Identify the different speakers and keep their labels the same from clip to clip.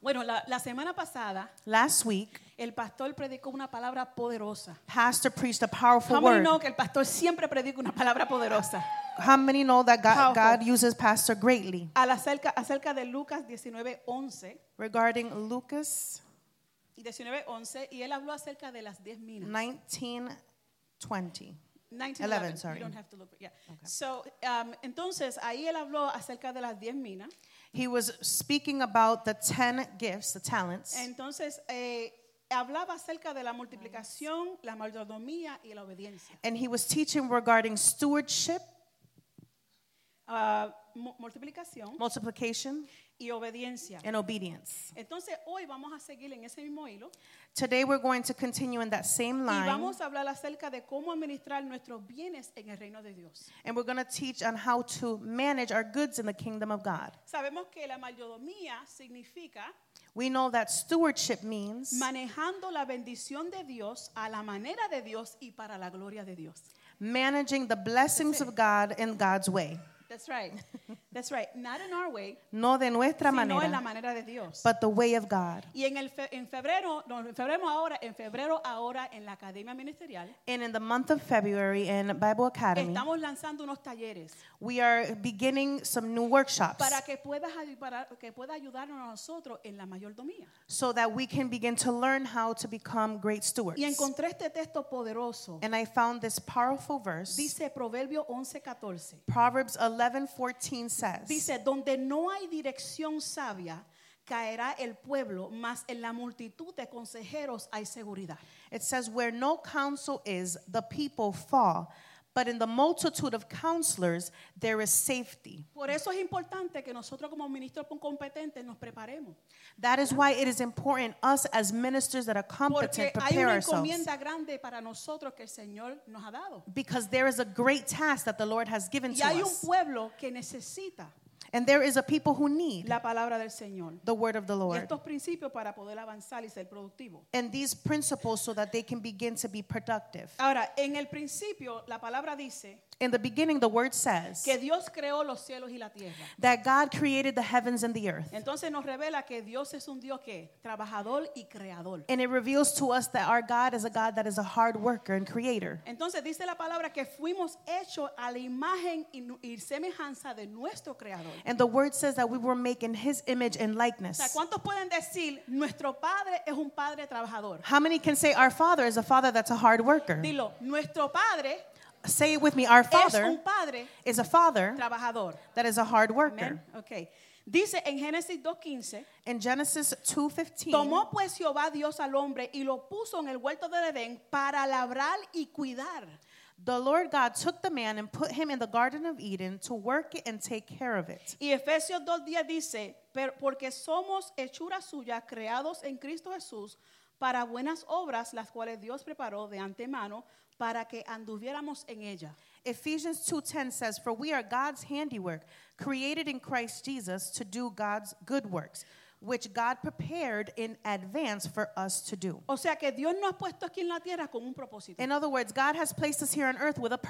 Speaker 1: Bueno, la, la semana pasada
Speaker 2: Last week,
Speaker 1: el pastor predicó una palabra poderosa.
Speaker 2: Pastor preached a powerful
Speaker 1: How many
Speaker 2: word.
Speaker 1: know que el pastor siempre predica una palabra poderosa?
Speaker 2: How many know that
Speaker 1: Powerful.
Speaker 2: God, God uses Pastor greatly?
Speaker 1: Al acerca, acerca de Lucas 19, 11
Speaker 2: Regarding Lucas
Speaker 1: y 19, 11, y él habló acerca de las 10 minas.
Speaker 2: 19 20.
Speaker 1: 1911,
Speaker 2: Mm. Eleven, sorry.
Speaker 1: You don't have to look, yeah. So, um, entonces, ahí él habló acerca de las 10 minas.
Speaker 2: He was speaking about the 10 gifts, the talents.
Speaker 1: Entonces, eh, hablaba acerca de la multiplicación, la mayordomía y la obediencia.
Speaker 2: And he was teaching regarding stewardship,
Speaker 1: Ah, mu- multiplicación
Speaker 2: multiplication,
Speaker 1: y obediencia.
Speaker 2: and obedience.
Speaker 1: Entonces, hoy vamos a seguir en ese mismo hilo
Speaker 2: Today we're going to continue in that same
Speaker 1: y
Speaker 2: line.
Speaker 1: vamos a hablar acerca de cómo administrar nuestros bienes en el reino de Dios.
Speaker 2: And we're going to teach on how to manage our goods in the kingdom of God.
Speaker 1: Sabemos que la mayordomía significa
Speaker 2: We know that stewardship means
Speaker 1: manejando la bendición de Dios a la manera de Dios y para la gloria de Dios.
Speaker 2: managing the blessings of God in God's way.
Speaker 1: That's right. That's right. Not in our way,
Speaker 2: No de nuestra
Speaker 1: sino en la
Speaker 2: manera,
Speaker 1: manera de Dios.
Speaker 2: but the way of God.
Speaker 1: Y en el fe- en febrero, no, en febrero ahora, en febrero ahora en la Academia Ministerial
Speaker 2: And in the month of February in Bible Academy,
Speaker 1: estamos lanzando unos talleres
Speaker 2: we are beginning some new workshops
Speaker 1: para que puedas ayu- para que pueda ayudarnos a nosotros en la mayordomía.
Speaker 2: so that we can begin to learn how to become great stewards.
Speaker 1: Y encontré este texto poderoso.
Speaker 2: And I found this powerful verse.
Speaker 1: Dice Proverbio 11:14.
Speaker 2: Proverbs 11:14 says,
Speaker 1: Dice, "Donde no hay dirección sabia, caerá el pueblo, mas en la multitud de consejeros hay seguridad."
Speaker 2: it says where no counsel is, the people fall, but in the multitude of counselors there is safety.
Speaker 1: Por eso es importante que nosotros como ministros competentes nos preparemos.
Speaker 2: That is why it is important us as ministers that are
Speaker 1: Porque
Speaker 2: competent
Speaker 1: hay
Speaker 2: prepare
Speaker 1: una
Speaker 2: ourselves
Speaker 1: encomienda grande para nosotros que el Señor nos ha dado.
Speaker 2: because there is a great task that the Lord has given
Speaker 1: Y
Speaker 2: to
Speaker 1: hay un
Speaker 2: us.
Speaker 1: pueblo que necesita
Speaker 2: And there is a people who need
Speaker 1: la palabra del Señor.
Speaker 2: the word of the
Speaker 1: Y
Speaker 2: Lord
Speaker 1: estos principios para poder avanzar y ser productivo.
Speaker 2: and these principles so that they can begin to be productive.
Speaker 1: Ahora, en el principio la palabra dice
Speaker 2: In the beginning the word says
Speaker 1: que Dios creó los cielos y la tierra.
Speaker 2: that God created the heavens and the earth.
Speaker 1: Entonces nos revela que Dios es un Dios que trabajador y creador.
Speaker 2: And it reveals to us that our God is a God that is a hard worker and creator.
Speaker 1: Entonces dice la palabra que fuimos hechos a la imagen y nu- y semejanza de nuestro creador.
Speaker 2: And the word says that we were made in his image and
Speaker 1: O sea,
Speaker 2: likeness.
Speaker 1: ¿cuántos pueden decir nuestro padre es un padre trabajador?
Speaker 2: How many can say our father is a father that's a hard worker?
Speaker 1: Dilo, nuestro padre
Speaker 2: Say it with me, our
Speaker 1: es
Speaker 2: father
Speaker 1: un padre
Speaker 2: is a father
Speaker 1: trabajador.
Speaker 2: that is a hard worker.
Speaker 1: Amén. Okay. Dice en Génesis 2:15,
Speaker 2: In Genesis 2:15,
Speaker 1: tomó pues Jehová Dios al hombre y lo puso en el huerto del Edén para labrar y cuidar.
Speaker 2: the Lord God took the man and put him in the garden of Eden to work it and take care of it.
Speaker 1: Y Efesios 2:10 dice, "Pero- porque somos hechura suya, creados en Cristo Jesús para buenas obras, las cuales Dios preparó de antemano para que anduviéramos en ella.
Speaker 2: Ephesians 2:10 says, "For we are God's handiwork, created in Christ Jesus to do God's good works, which God prepared in advance for us to do."
Speaker 1: O sea que Dios nos ha puesto aquí en la tierra con un propósito.
Speaker 2: In other words, God has placed us here on earth with a
Speaker 1: ¿Sabe?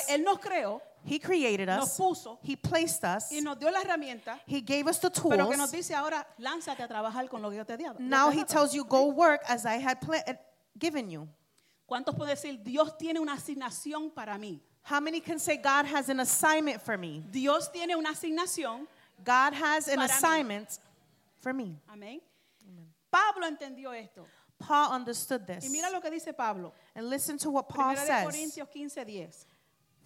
Speaker 2: purpose.
Speaker 1: Él nos creó
Speaker 2: He created
Speaker 1: nos
Speaker 2: us.
Speaker 1: puso
Speaker 2: He placed us.
Speaker 1: y nos dio la herramienta,
Speaker 2: He gave us the
Speaker 1: pero que nos
Speaker 2: tools.
Speaker 1: dice ahora, lánzate a trabajar con lo que yo te he dado.
Speaker 2: Now he
Speaker 1: Lo que
Speaker 2: tells you, go work as I had pla- uh, given you.
Speaker 1: ¿Cuántos pueden decir, Dios tiene una asignación para mí?
Speaker 2: How many can say God has an assignment for me?
Speaker 1: Dios tiene una asignación,
Speaker 2: God has an
Speaker 1: Para mí.
Speaker 2: assignment for me.
Speaker 1: amén. Pablo entendió esto.
Speaker 2: Paul understood this.
Speaker 1: Y mira lo que dice Pablo.
Speaker 2: And listen to what Paul
Speaker 1: Primera de
Speaker 2: says.
Speaker 1: Corintios 15, 10.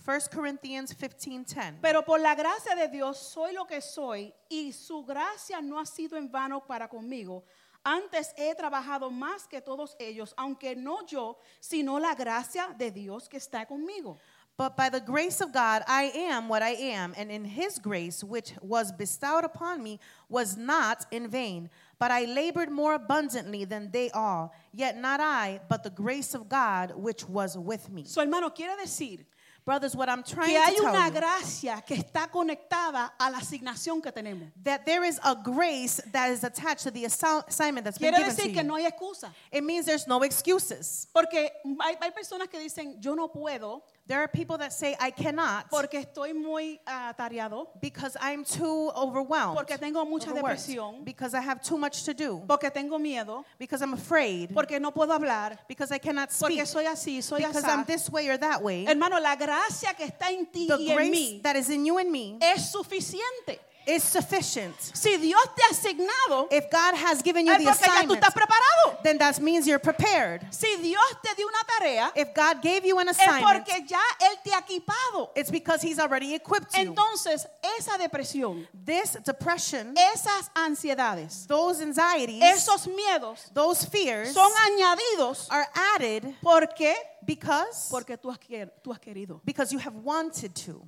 Speaker 2: 1 Corinthians 15:10.
Speaker 1: Pero por la gracia de Dios soy lo que soy y su gracia no ha sido en vano para conmigo. Antes he trabajado más que todos ellos, aunque no yo, sino la gracia de Dios que está conmigo.
Speaker 2: But by the grace of God I am what I am, and in his grace which was bestowed upon me was not in vain, but I labored more abundantly than they all, yet not I, but the grace of God which was with me.
Speaker 1: Su hermano quiere decir
Speaker 2: Brothers, what I'm trying
Speaker 1: que hay
Speaker 2: to
Speaker 1: una
Speaker 2: tell you
Speaker 1: gracia que está conectada a la asignación que tenemos.
Speaker 2: that there is a grace that is attached to the assi- assignment that's been
Speaker 1: Quiere
Speaker 2: given to
Speaker 1: decir que
Speaker 2: you.
Speaker 1: no hay excusa.
Speaker 2: It means there's no excuses.
Speaker 1: Porque hay, hay personas que dicen, yo no puedo,
Speaker 2: There are people that say, I cannot
Speaker 1: porque estoy muy ah, atareado,
Speaker 2: because I'm too overwhelmed.
Speaker 1: porque tengo mucha
Speaker 2: overworked,
Speaker 1: depresión,
Speaker 2: Because I have too much to do.
Speaker 1: porque tengo miedo,
Speaker 2: Because I'm afraid.
Speaker 1: porque no puedo hablar,
Speaker 2: Because I cannot
Speaker 1: porque
Speaker 2: speak.
Speaker 1: soy así, soy
Speaker 2: Because
Speaker 1: así.
Speaker 2: I'm this way or that way.
Speaker 1: Hermano, la gracia que está en ti y
Speaker 2: The
Speaker 1: en
Speaker 2: grace
Speaker 1: mí Eh,
Speaker 2: that is in you and me
Speaker 1: es suficiente.
Speaker 2: is sufficient.
Speaker 1: Si Dios te ha asignado,
Speaker 2: If God has given you
Speaker 1: es
Speaker 2: the
Speaker 1: eh, porque ya tú
Speaker 2: assignment,
Speaker 1: estás preparado.
Speaker 2: then that means you're prepared.
Speaker 1: Si Dios te dio una tarea,
Speaker 2: If God gave you an
Speaker 1: es
Speaker 2: assignment,
Speaker 1: Eh, porque ya Él te ha equipado.
Speaker 2: it's because He's already equipped you.
Speaker 1: Entonces, esa depresión,
Speaker 2: This depression,
Speaker 1: esas ansiedades,
Speaker 2: those anxieties,
Speaker 1: esos miedos
Speaker 2: those fears
Speaker 1: son añadidos
Speaker 2: are added
Speaker 1: ¿por qué?
Speaker 2: because
Speaker 1: Porque tú has, quer- tú has querido.
Speaker 2: because you have wanted to.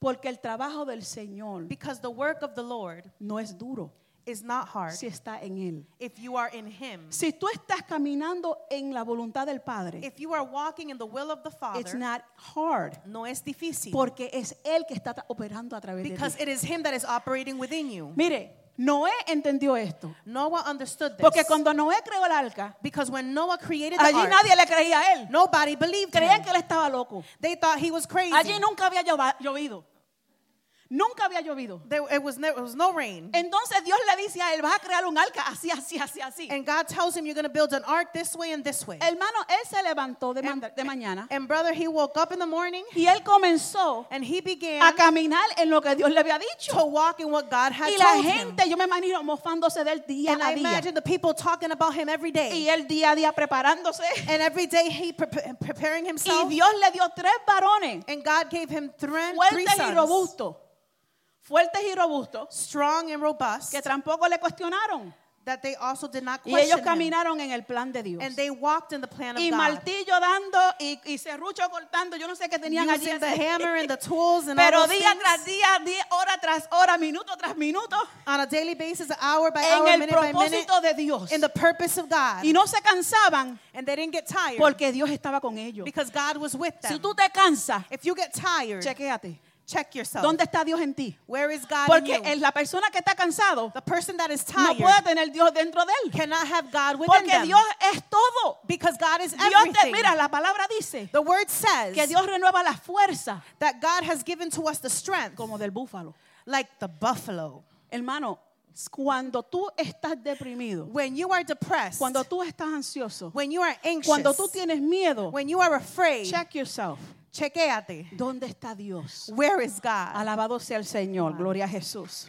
Speaker 1: Porque el trabajo del Señor
Speaker 2: Because the work of the Lord
Speaker 1: no es duro
Speaker 2: is not hard
Speaker 1: si está en Él.
Speaker 2: if you are in Him.
Speaker 1: Si tú estás caminando en la voluntad del Padre,
Speaker 2: If you are walking in the will of the
Speaker 1: it's
Speaker 2: Father,
Speaker 1: not hard.
Speaker 2: no es difícil
Speaker 1: Porque es Él que está tra- operando a través de
Speaker 2: because
Speaker 1: ti.
Speaker 2: it is Him that is operating within you.
Speaker 1: Mire, Noé entendió esto.
Speaker 2: Noah understood
Speaker 1: Porque
Speaker 2: this
Speaker 1: cuando Noé creó el arca,
Speaker 2: because when Noah created the
Speaker 1: allí
Speaker 2: ark,
Speaker 1: nadie le creía a él.
Speaker 2: nobody believed him.
Speaker 1: Creían que él estaba loco.
Speaker 2: They thought he was
Speaker 1: Allí
Speaker 2: crazy.
Speaker 1: nunca había llova- llovido. Nunca había llovido.
Speaker 2: There, it was never, it was no rain.
Speaker 1: Entonces Dios le dice a él, vas a crear un arca así, así, así, así.
Speaker 2: And God tells him, You're going to build an ark this way and this way.
Speaker 1: Hermano, él se levantó de, manda- de mañana
Speaker 2: And brother, he woke up in the morning
Speaker 1: y él comenzó
Speaker 2: and he began
Speaker 1: a caminar en lo que Dios le había dicho.
Speaker 2: to walk in what God had
Speaker 1: Y la
Speaker 2: told him.
Speaker 1: gente, yo me imagino, mofándose del día
Speaker 2: And
Speaker 1: a
Speaker 2: I
Speaker 1: día.
Speaker 2: imagine the people talking about him every
Speaker 1: Y
Speaker 2: day.
Speaker 1: él día a día preparándose.
Speaker 2: And every day he prepa- preparing
Speaker 1: Y
Speaker 2: himself.
Speaker 1: Dios le dio tres varones,
Speaker 2: And God gave him three, three
Speaker 1: fuertes y
Speaker 2: sons,
Speaker 1: robustos. Fuertes y robustos,
Speaker 2: strong and robust,
Speaker 1: que tampoco le cuestionaron.
Speaker 2: that they also did not
Speaker 1: Y ellos
Speaker 2: question him.
Speaker 1: caminaron en el plan de Dios.
Speaker 2: And they walked in the plan of
Speaker 1: Y
Speaker 2: God.
Speaker 1: martillo dando y, y serrucho cortando. Yo no sé qué tenían allí.
Speaker 2: Using the hammer and the tools and all
Speaker 1: Pero
Speaker 2: those
Speaker 1: día
Speaker 2: things.
Speaker 1: tras día, día, hora tras hora, minuto tras minuto,
Speaker 2: on a daily basis, hour by hour,
Speaker 1: en el
Speaker 2: minute by minute,
Speaker 1: propósito de Dios.
Speaker 2: in the purpose of God.
Speaker 1: Y no se cansaban
Speaker 2: and they didn't get tired
Speaker 1: porque Dios estaba con ellos.
Speaker 2: because God was with them.
Speaker 1: Si tú te cansas,
Speaker 2: if you get tired,
Speaker 1: chequéate.
Speaker 2: check yourself.
Speaker 1: ¿Dónde está Dios en ti?
Speaker 2: Where is God in
Speaker 1: Porque
Speaker 2: you?
Speaker 1: el- la persona que está cansado
Speaker 2: the person that is
Speaker 1: no
Speaker 2: tired
Speaker 1: puede tener Dios dentro de él.
Speaker 2: cannot have God within
Speaker 1: Porque
Speaker 2: them
Speaker 1: Dios es todo.
Speaker 2: because God is
Speaker 1: Dios te,
Speaker 2: everything.
Speaker 1: mira, la palabra dice
Speaker 2: the word says
Speaker 1: que Dios renueva la fuerza
Speaker 2: that God has given to us the strength
Speaker 1: como del búfalo.
Speaker 2: like the buffalo.
Speaker 1: Hermano, cuando tú estás deprimido,
Speaker 2: When you are depressed,
Speaker 1: cuando tú estás ansioso,
Speaker 2: when you are anxious,
Speaker 1: cuando tú tienes miedo,
Speaker 2: when you are afraid,
Speaker 1: check yourself.
Speaker 2: chequéate.
Speaker 1: ¿Dónde está Dios?
Speaker 2: Where is God?
Speaker 1: Alabado sea el Señor, gloria a Jesús.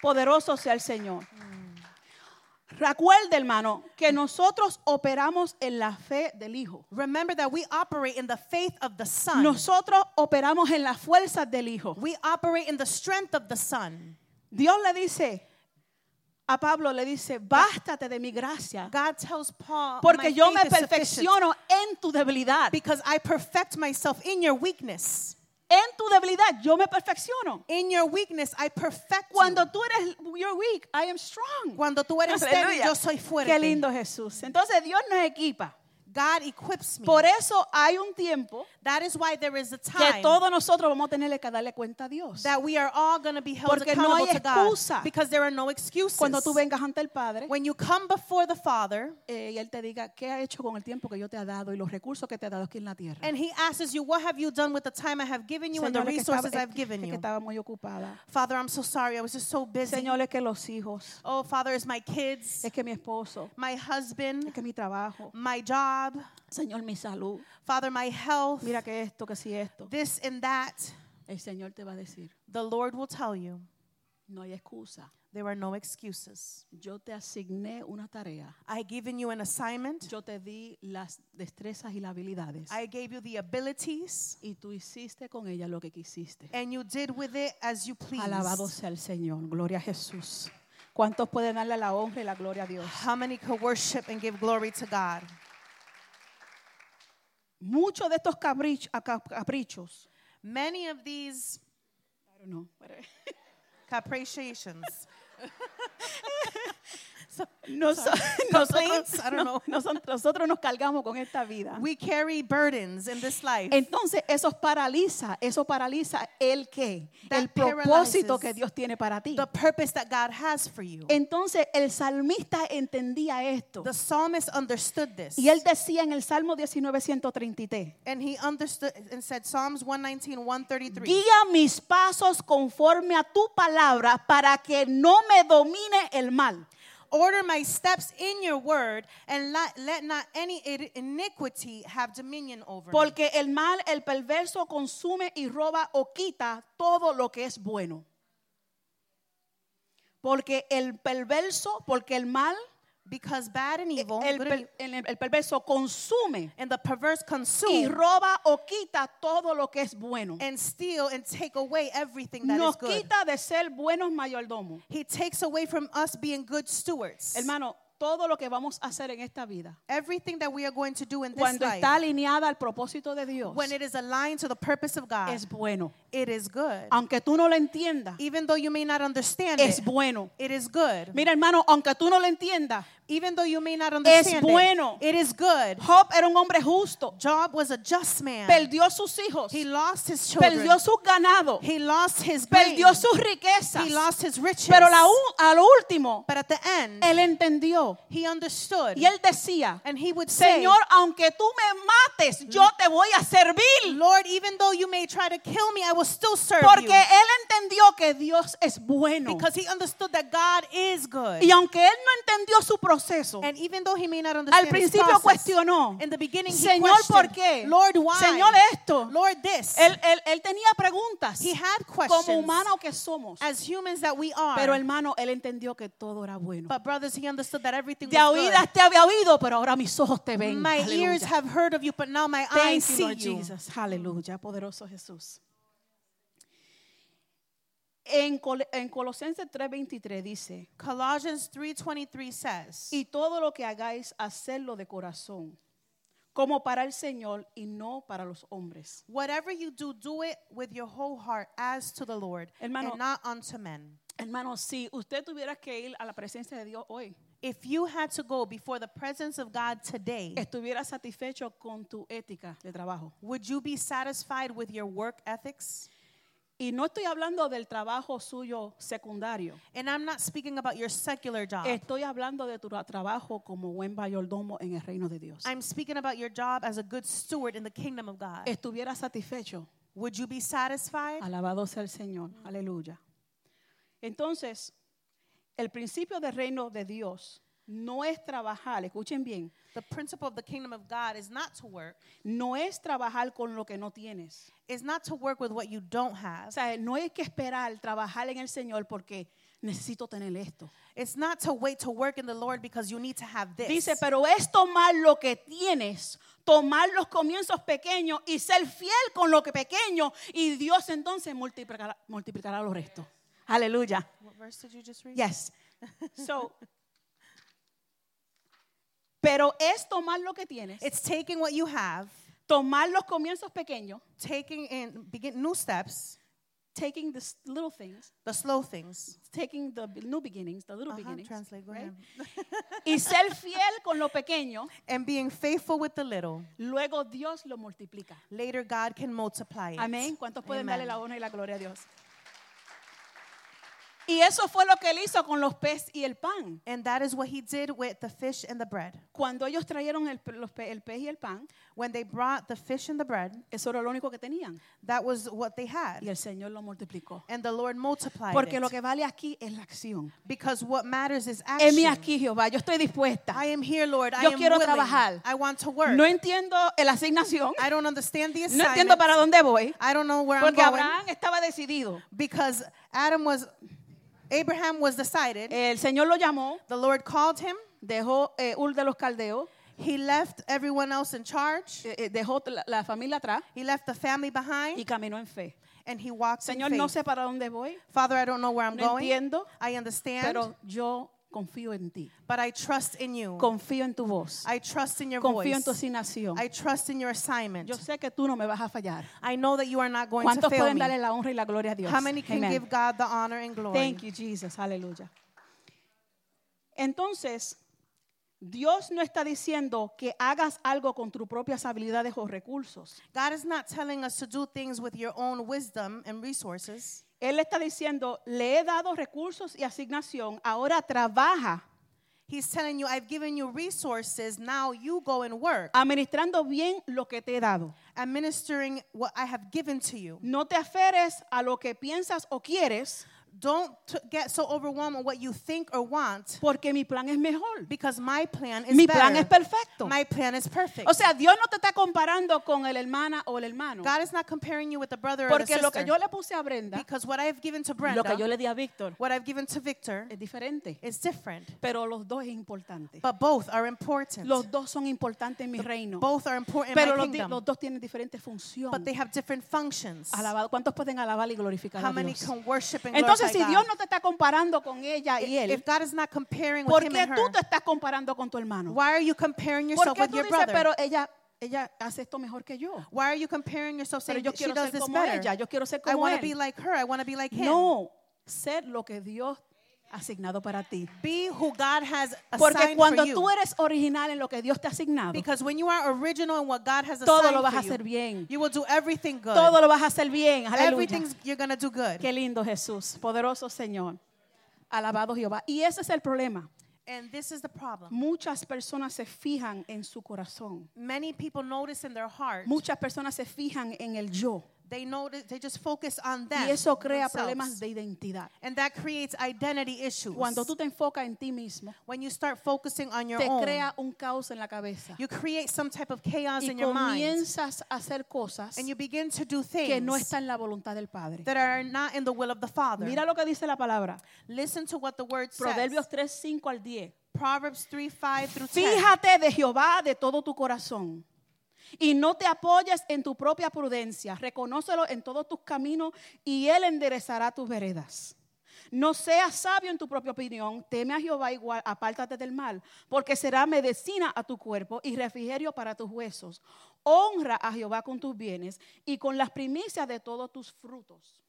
Speaker 1: Poderoso sea el Señor.
Speaker 2: Mm.
Speaker 1: Recuerda, hermano, que nosotros operamos en la fe del Hijo.
Speaker 2: Remember that we operate in the faith of the Son.
Speaker 1: Nosotros operamos en las fuerzas del Hijo.
Speaker 2: We operate in the strength of the Son.
Speaker 1: Dios le dice a Pablo, le dice, bástate de mi gracia,
Speaker 2: God tells Paul, "My
Speaker 1: porque yo me
Speaker 2: faith is sufficient
Speaker 1: perfecciono en tu debilidad.
Speaker 2: because I perfect myself in your weakness.
Speaker 1: En tu debilidad yo me perfecciono.
Speaker 2: In your weakness, I perfect you.
Speaker 1: Cuando tú eres you're weak, I am strong.
Speaker 2: Cuando tú eres débil,
Speaker 1: Aleluya.
Speaker 2: yo soy fuerte.
Speaker 1: Qué lindo Jesús. Entonces Dios nos equipa.
Speaker 2: God equips me.
Speaker 1: Por eso hay un tiempo
Speaker 2: that is why there is a
Speaker 1: que
Speaker 2: time
Speaker 1: todos nosotros vamos a tener que darle cuenta a Dios.
Speaker 2: that we are all going to be held
Speaker 1: Porque no
Speaker 2: accountable
Speaker 1: hay
Speaker 2: to God
Speaker 1: excusa.
Speaker 2: because there are no excuses.
Speaker 1: Cuando tú vengas ante el Padre
Speaker 2: when you come before the Father
Speaker 1: eh, y Él te diga, ¿qué ha hecho con el tiempo que yo te ha dado y los recursos que te ha dado aquí en la tierra?
Speaker 2: and He asks you, "What have you done with the time I have given you and the
Speaker 1: Señor, es que estaba-
Speaker 2: resources
Speaker 1: es
Speaker 2: I've
Speaker 1: que-
Speaker 2: given
Speaker 1: es que
Speaker 2: you?"
Speaker 1: estaba muy ocupada.
Speaker 2: Father, I'm so sorry. I was just so busy.
Speaker 1: Señor, es que los hijos,
Speaker 2: Oh, Father, it's my kids,
Speaker 1: es que mi esposo,
Speaker 2: my
Speaker 1: es
Speaker 2: husband,
Speaker 1: que mi trabajo.
Speaker 2: my job,
Speaker 1: Señor, mi salud.
Speaker 2: Father, my health,
Speaker 1: Mira que esto, que si esto.
Speaker 2: this and that.
Speaker 1: El Señor te va a decir,
Speaker 2: The Lord will tell you
Speaker 1: no hay excusa.
Speaker 2: there are no excuses.
Speaker 1: Yo te asigné una tarea.
Speaker 2: I given you an assignment.
Speaker 1: Yo te di las destrezas y las habilidades.
Speaker 2: I gave you the abilities,
Speaker 1: Y tú hiciste con ella lo que quisiste.
Speaker 2: and you did with it as you
Speaker 1: Alabado
Speaker 2: pleased.
Speaker 1: sea el Señor. Gloria a Jesús. ¿Cuántos pueden darle la honra y la gloria a Dios?
Speaker 2: How many could worship and give glory to God?
Speaker 1: Muchos de estos caprich- a cap- caprichos.
Speaker 2: Many of these
Speaker 1: I don't know, whatever.
Speaker 2: capriciations,
Speaker 1: Nos-
Speaker 2: Complaints?
Speaker 1: nosotros,
Speaker 2: I don't know.
Speaker 1: no- noso- nosotros nos cargamos con esta vida.
Speaker 2: We carry burdens in this life.
Speaker 1: Entonces eso paraliza, eso paraliza el qué,
Speaker 2: That
Speaker 1: el propósito
Speaker 2: paralyzes
Speaker 1: que Dios tiene para ti.
Speaker 2: the purpose that God has for you.
Speaker 1: Entonces el salmista entendía esto
Speaker 2: The psalmist understood this.
Speaker 1: y él decía en el Salmo 19:133,
Speaker 2: And he understood and said Psalms 119, 133.
Speaker 1: guía mis pasos conforme a tu palabra para que no me domine el mal.
Speaker 2: Order my steps in your word and let, let not any in- iniquity have dominion over me.
Speaker 1: Porque el mal, el perverso consume y roba o quita todo lo que es bueno. Porque el perverso, porque el mal,
Speaker 2: Because bad and evil
Speaker 1: el,
Speaker 2: good
Speaker 1: per-
Speaker 2: and, evil,
Speaker 1: el- el perverso consume
Speaker 2: and the perverse
Speaker 1: y
Speaker 2: consume
Speaker 1: roba o quita todo lo que es bueno.
Speaker 2: and steal and take away everything that is
Speaker 1: Nos
Speaker 2: good.
Speaker 1: quita de ser buenos mayordomos.
Speaker 2: He takes away from us being good stewards.
Speaker 1: Hermano, todo lo que vamos a hacer en esta vida,
Speaker 2: Everything that we are going to do in this
Speaker 1: cuando
Speaker 2: life,
Speaker 1: está alineada al propósito de Dios,
Speaker 2: when it is aligned to the purpose of God,
Speaker 1: es bueno.
Speaker 2: it is good.
Speaker 1: Aunque tú no lo entiendas,
Speaker 2: Even though you may not understand
Speaker 1: es
Speaker 2: it,
Speaker 1: bueno.
Speaker 2: it is good.
Speaker 1: Mira, hermano, aunque tú no lo entiendas,
Speaker 2: Even though you may not understand
Speaker 1: bueno.
Speaker 2: it, it is good.
Speaker 1: Job era un hombre justo.
Speaker 2: Job was a just man.
Speaker 1: Perdió sus hijos.
Speaker 2: he lost his children.
Speaker 1: Perdió sus ganados.
Speaker 2: he lost his grain.
Speaker 1: Perdió sus riquezas.
Speaker 2: He lost his riches.
Speaker 1: Pero la u- al último,
Speaker 2: but at the end,
Speaker 1: él entendió.
Speaker 2: he understood.
Speaker 1: Y él decía,
Speaker 2: and he would say,
Speaker 1: Señor, aunque tú me mates,
Speaker 2: Mm.
Speaker 1: yo te voy a servir.
Speaker 2: Lord, even though you may try to kill me, I will still serve
Speaker 1: Porque
Speaker 2: you.
Speaker 1: él entendió que Dios es bueno.
Speaker 2: Because he understood that God is good.
Speaker 1: Y aunque él no entendió su proceso,
Speaker 2: and even though he may not
Speaker 1: al
Speaker 2: understand his
Speaker 1: principio
Speaker 2: process,
Speaker 1: cuestionó.
Speaker 2: in the beginning he
Speaker 1: Señor, ¿por
Speaker 2: questioned,
Speaker 1: qué?
Speaker 2: Lord, why?
Speaker 1: Señor, esto.
Speaker 2: Lord, this.
Speaker 1: Él, él- él tenía preguntas
Speaker 2: he had questions.
Speaker 1: como humano que somos.
Speaker 2: as humans that we are.
Speaker 1: Pero hermano, él entendió que todo era bueno.
Speaker 2: but brothers, he understood that everything
Speaker 1: De
Speaker 2: was
Speaker 1: oídas te había oído, pero ahora mis ojos te
Speaker 2: good.
Speaker 1: ven.
Speaker 2: My
Speaker 1: Aleluya.
Speaker 2: ears have heard of you, but now my eyes
Speaker 1: Thank you,
Speaker 2: see
Speaker 1: Lord
Speaker 2: you.
Speaker 1: Jesus. Aleluya, poderoso Jesús. En, Col- en Colosenses 3:23 dice,
Speaker 2: Colossians 3.23 says,
Speaker 1: y todo lo que hagáis, hacedlo de corazón, como para el Señor y no para los hombres.
Speaker 2: Whatever you do, do it with your whole heart as to the Lord
Speaker 1: Hermano-
Speaker 2: and not unto men.
Speaker 1: Hermano, si usted tuviera que ir a la presencia de Dios hoy,
Speaker 2: If you had to go before the presence of God today,
Speaker 1: estuviera satisfecho con tu ética de trabajo.
Speaker 2: would you be satisfied with your work ethics?
Speaker 1: Y no estoy hablando del trabajo suyo secundario.
Speaker 2: And I'm not speaking about your secular job.
Speaker 1: Estoy hablando de tu ra- trabajo como buen mayordomo en el reino de Dios.
Speaker 2: I'm speaking about your job as a good steward in the kingdom of God.
Speaker 1: Estuviera satisfecho.
Speaker 2: Would you be satisfied?
Speaker 1: Alabado sea el Señor. Aleluya. Entonces, el principio del reino de Dios no es trabajar, escuchen bien,
Speaker 2: The principle of the kingdom of God is not to work,
Speaker 1: no es trabajar con lo que no tienes.
Speaker 2: is not to work with what you don't
Speaker 1: O
Speaker 2: have.
Speaker 1: sea, no hay que esperar trabajar en el Señor porque necesito tener esto.
Speaker 2: It's not to wait to work in the Lord because you need to have this.
Speaker 1: Dice, pero es tomar lo que tienes, tomar los comienzos pequeños y ser fiel con lo que pequeño y Dios entonces multiplicará, multiplicará los restos. Aleluya.
Speaker 2: what verse did you just read?
Speaker 1: Yes. So, pero es tomar lo que tienes,
Speaker 2: It's taking what you have,
Speaker 1: tomar los comienzos pequeños,
Speaker 2: taking in begin new steps,
Speaker 1: taking the s- little things,
Speaker 2: the slow things.
Speaker 1: taking the b- new beginnings, the little
Speaker 2: Ajá,
Speaker 1: beginnings,
Speaker 2: translate, go
Speaker 1: right?
Speaker 2: ahead.
Speaker 1: y ser fiel con lo pequeño,
Speaker 2: And being faithful with the little.
Speaker 1: luego Dios lo multiplica.
Speaker 2: Later God can multiply it.
Speaker 1: Amén. ¿Cuántos pueden darle
Speaker 2: Amen.
Speaker 1: la honra y la gloria a Dios? Y eso fue lo que él hizo con los peces y el pan.
Speaker 2: And that is what he did with the fish and the bread.
Speaker 1: Cuando ellos trajeron el, pe- los pe- el pez y el pan,
Speaker 2: When they brought the fish and the bread,
Speaker 1: eso era lo único que tenían.
Speaker 2: that was what they
Speaker 1: Y
Speaker 2: had.
Speaker 1: el Señor lo multiplicó.
Speaker 2: And the Lord multiplied
Speaker 1: Porque
Speaker 2: it.
Speaker 1: lo que vale aquí es la acción.
Speaker 2: Because what matters is action.
Speaker 1: Heme aquí, Jehová. Yo estoy dispuesta.
Speaker 2: I am here, Lord. I
Speaker 1: Yo
Speaker 2: am
Speaker 1: quiero
Speaker 2: willing.
Speaker 1: trabajar.
Speaker 2: I want to work.
Speaker 1: No entiendo la asignación.
Speaker 2: I don't understand the
Speaker 1: No
Speaker 2: assignment.
Speaker 1: entiendo para dónde voy.
Speaker 2: I don't know where I'm
Speaker 1: Porque
Speaker 2: going.
Speaker 1: Abraham estaba decidido.
Speaker 2: Because Adam was, Abraham was decided.
Speaker 1: El Señor lo llamó,
Speaker 2: The Lord called him.
Speaker 1: dejó eh, Ur Eh. de los Caldeos,
Speaker 2: He left everyone else in charge.
Speaker 1: eh, eh, dejó la, la familia atrás
Speaker 2: He left the family behind.
Speaker 1: y caminó en fe.
Speaker 2: and he walked
Speaker 1: Señor,
Speaker 2: in faith.
Speaker 1: no sé para dónde voy,
Speaker 2: Father, I don't know where I'm
Speaker 1: No
Speaker 2: going.
Speaker 1: entiendo,
Speaker 2: I understand.
Speaker 1: pero yo confío en ti.
Speaker 2: but I trust in you.
Speaker 1: Confío en tu voz.
Speaker 2: Oh. I trust in your
Speaker 1: Confío en
Speaker 2: voice.
Speaker 1: tu asignación.
Speaker 2: I trust in your assignment.
Speaker 1: Yo sé que tú no me vas a fallar.
Speaker 2: I know that you are not going to
Speaker 1: ¿Cuántos
Speaker 2: fail
Speaker 1: pueden
Speaker 2: me.
Speaker 1: darle la honra y la gloria a Dios?
Speaker 2: How many can
Speaker 1: Amen.
Speaker 2: give God the honor and glory?
Speaker 1: Thank you, Jesus. Aleluya. Entonces, Dios no está diciendo que hagas algo con tus propias habilidades o recursos.
Speaker 2: God is not telling us to do things with your own wisdom and resources.
Speaker 1: Él está diciendo, le he dado recursos y asignación, ahora trabaja
Speaker 2: He's telling you, I've given you resources. Now you go and work,
Speaker 1: administrando bien lo que te he dado.
Speaker 2: administering what I have given to you.
Speaker 1: No te aferes a lo que piensas o quieres,
Speaker 2: Don't t- get so overwhelmed with what you think or want
Speaker 1: porque mi plan es mejor.
Speaker 2: because my plan is
Speaker 1: Mi
Speaker 2: better.
Speaker 1: plan es perfecto.
Speaker 2: My plan is perfect.
Speaker 1: O sea, Dios no te está comparando con el hermana o el hermano.
Speaker 2: God is not comparing you with a brother or a
Speaker 1: Porque lo que
Speaker 2: sister
Speaker 1: yo le puse a Brenda,
Speaker 2: because what I've given to
Speaker 1: lo que yo
Speaker 2: Brenda,
Speaker 1: le di a Víctor,
Speaker 2: what I've given to Victor
Speaker 1: es diferente.
Speaker 2: is different.
Speaker 1: Pero los dos es importante.
Speaker 2: But both are important.
Speaker 1: Los dos son importantes en mi reino.
Speaker 2: Both are important in
Speaker 1: Pero
Speaker 2: my
Speaker 1: los, di-
Speaker 2: kingdom.
Speaker 1: los dos tienen diferentes funciones.
Speaker 2: But they have different functions.
Speaker 1: Alabado. ¿Cuántos pueden alabar y glorificar
Speaker 2: How
Speaker 1: a
Speaker 2: many
Speaker 1: Dios?
Speaker 2: can worship and
Speaker 1: Entonces,
Speaker 2: glorify
Speaker 1: si
Speaker 2: God?
Speaker 1: Dios no te está comparando con ella y
Speaker 2: if
Speaker 1: él,
Speaker 2: God is not comparing with
Speaker 1: ¿por
Speaker 2: him
Speaker 1: qué
Speaker 2: and
Speaker 1: tú
Speaker 2: her,
Speaker 1: te estás comparando con tu hermano?
Speaker 2: why are you comparing
Speaker 1: ¿Por
Speaker 2: yourself
Speaker 1: qué
Speaker 2: with
Speaker 1: tú
Speaker 2: your
Speaker 1: dices,
Speaker 2: brother?
Speaker 1: pero ella, ella hace esto mejor que yo?
Speaker 2: why are you comparing yourself
Speaker 1: Pero
Speaker 2: saying
Speaker 1: yo
Speaker 2: that she
Speaker 1: quiero
Speaker 2: does
Speaker 1: ser
Speaker 2: this
Speaker 1: como
Speaker 2: better?
Speaker 1: ella, yo quiero ser
Speaker 2: I
Speaker 1: como
Speaker 2: want to be
Speaker 1: él.
Speaker 2: like her. I want to be like him.
Speaker 1: No, ser lo que Dios ha asignado para ti.
Speaker 2: Be who God has
Speaker 1: Porque
Speaker 2: assigned
Speaker 1: cuando
Speaker 2: for you.
Speaker 1: tú eres original en lo que Dios te ha asignado,
Speaker 2: because when you are original in what God has
Speaker 1: Todo
Speaker 2: assigned
Speaker 1: lo vas
Speaker 2: for
Speaker 1: a hacer
Speaker 2: you,
Speaker 1: bien.
Speaker 2: you will do everything good.
Speaker 1: todo lo vas a hacer bien. Aleluya.
Speaker 2: Everything's you're going to do good.
Speaker 1: Qué lindo Jesús, poderoso Señor. Alabado Jehová. Y ese es el problema.
Speaker 2: And this is the problem.
Speaker 1: Muchas personas se fijan en su corazón.
Speaker 2: Many people notice in their heart,
Speaker 1: Muchas personas se fijan en el yo.
Speaker 2: they notice they just focus on them.
Speaker 1: Y eso crea
Speaker 2: themselves.
Speaker 1: problemas de identidad.
Speaker 2: and that creates identity issues.
Speaker 1: Cuando tú te enfocas en ti mismo,
Speaker 2: when you start focusing on your
Speaker 1: te
Speaker 2: own,
Speaker 1: crea un caos en la cabeza.
Speaker 2: you create some type of chaos
Speaker 1: Y
Speaker 2: in your mind
Speaker 1: comienzas a hacer cosas
Speaker 2: and you begin to do things
Speaker 1: que no están en la voluntad del Padre.
Speaker 2: that are not in the will of the Father.
Speaker 1: Mira lo que dice la palabra.
Speaker 2: Listen to what the word
Speaker 1: Proverbios
Speaker 2: says.
Speaker 1: 3, 5 al 10.
Speaker 2: Proverbs 3, 5 through 10.
Speaker 1: Fíjate de Jehová de todo tu corazón. Y no te apoyes en tu propia prudencia. Reconócelo en todos tus caminos y Él enderezará tus veredas. No seas sabio en tu propia opinión. Teme a Jehová igual, apártate del mal, porque será medicina a tu cuerpo y refrigerio para tus huesos. Honra a Jehová con tus bienes y con las primicias de todos tus frutos.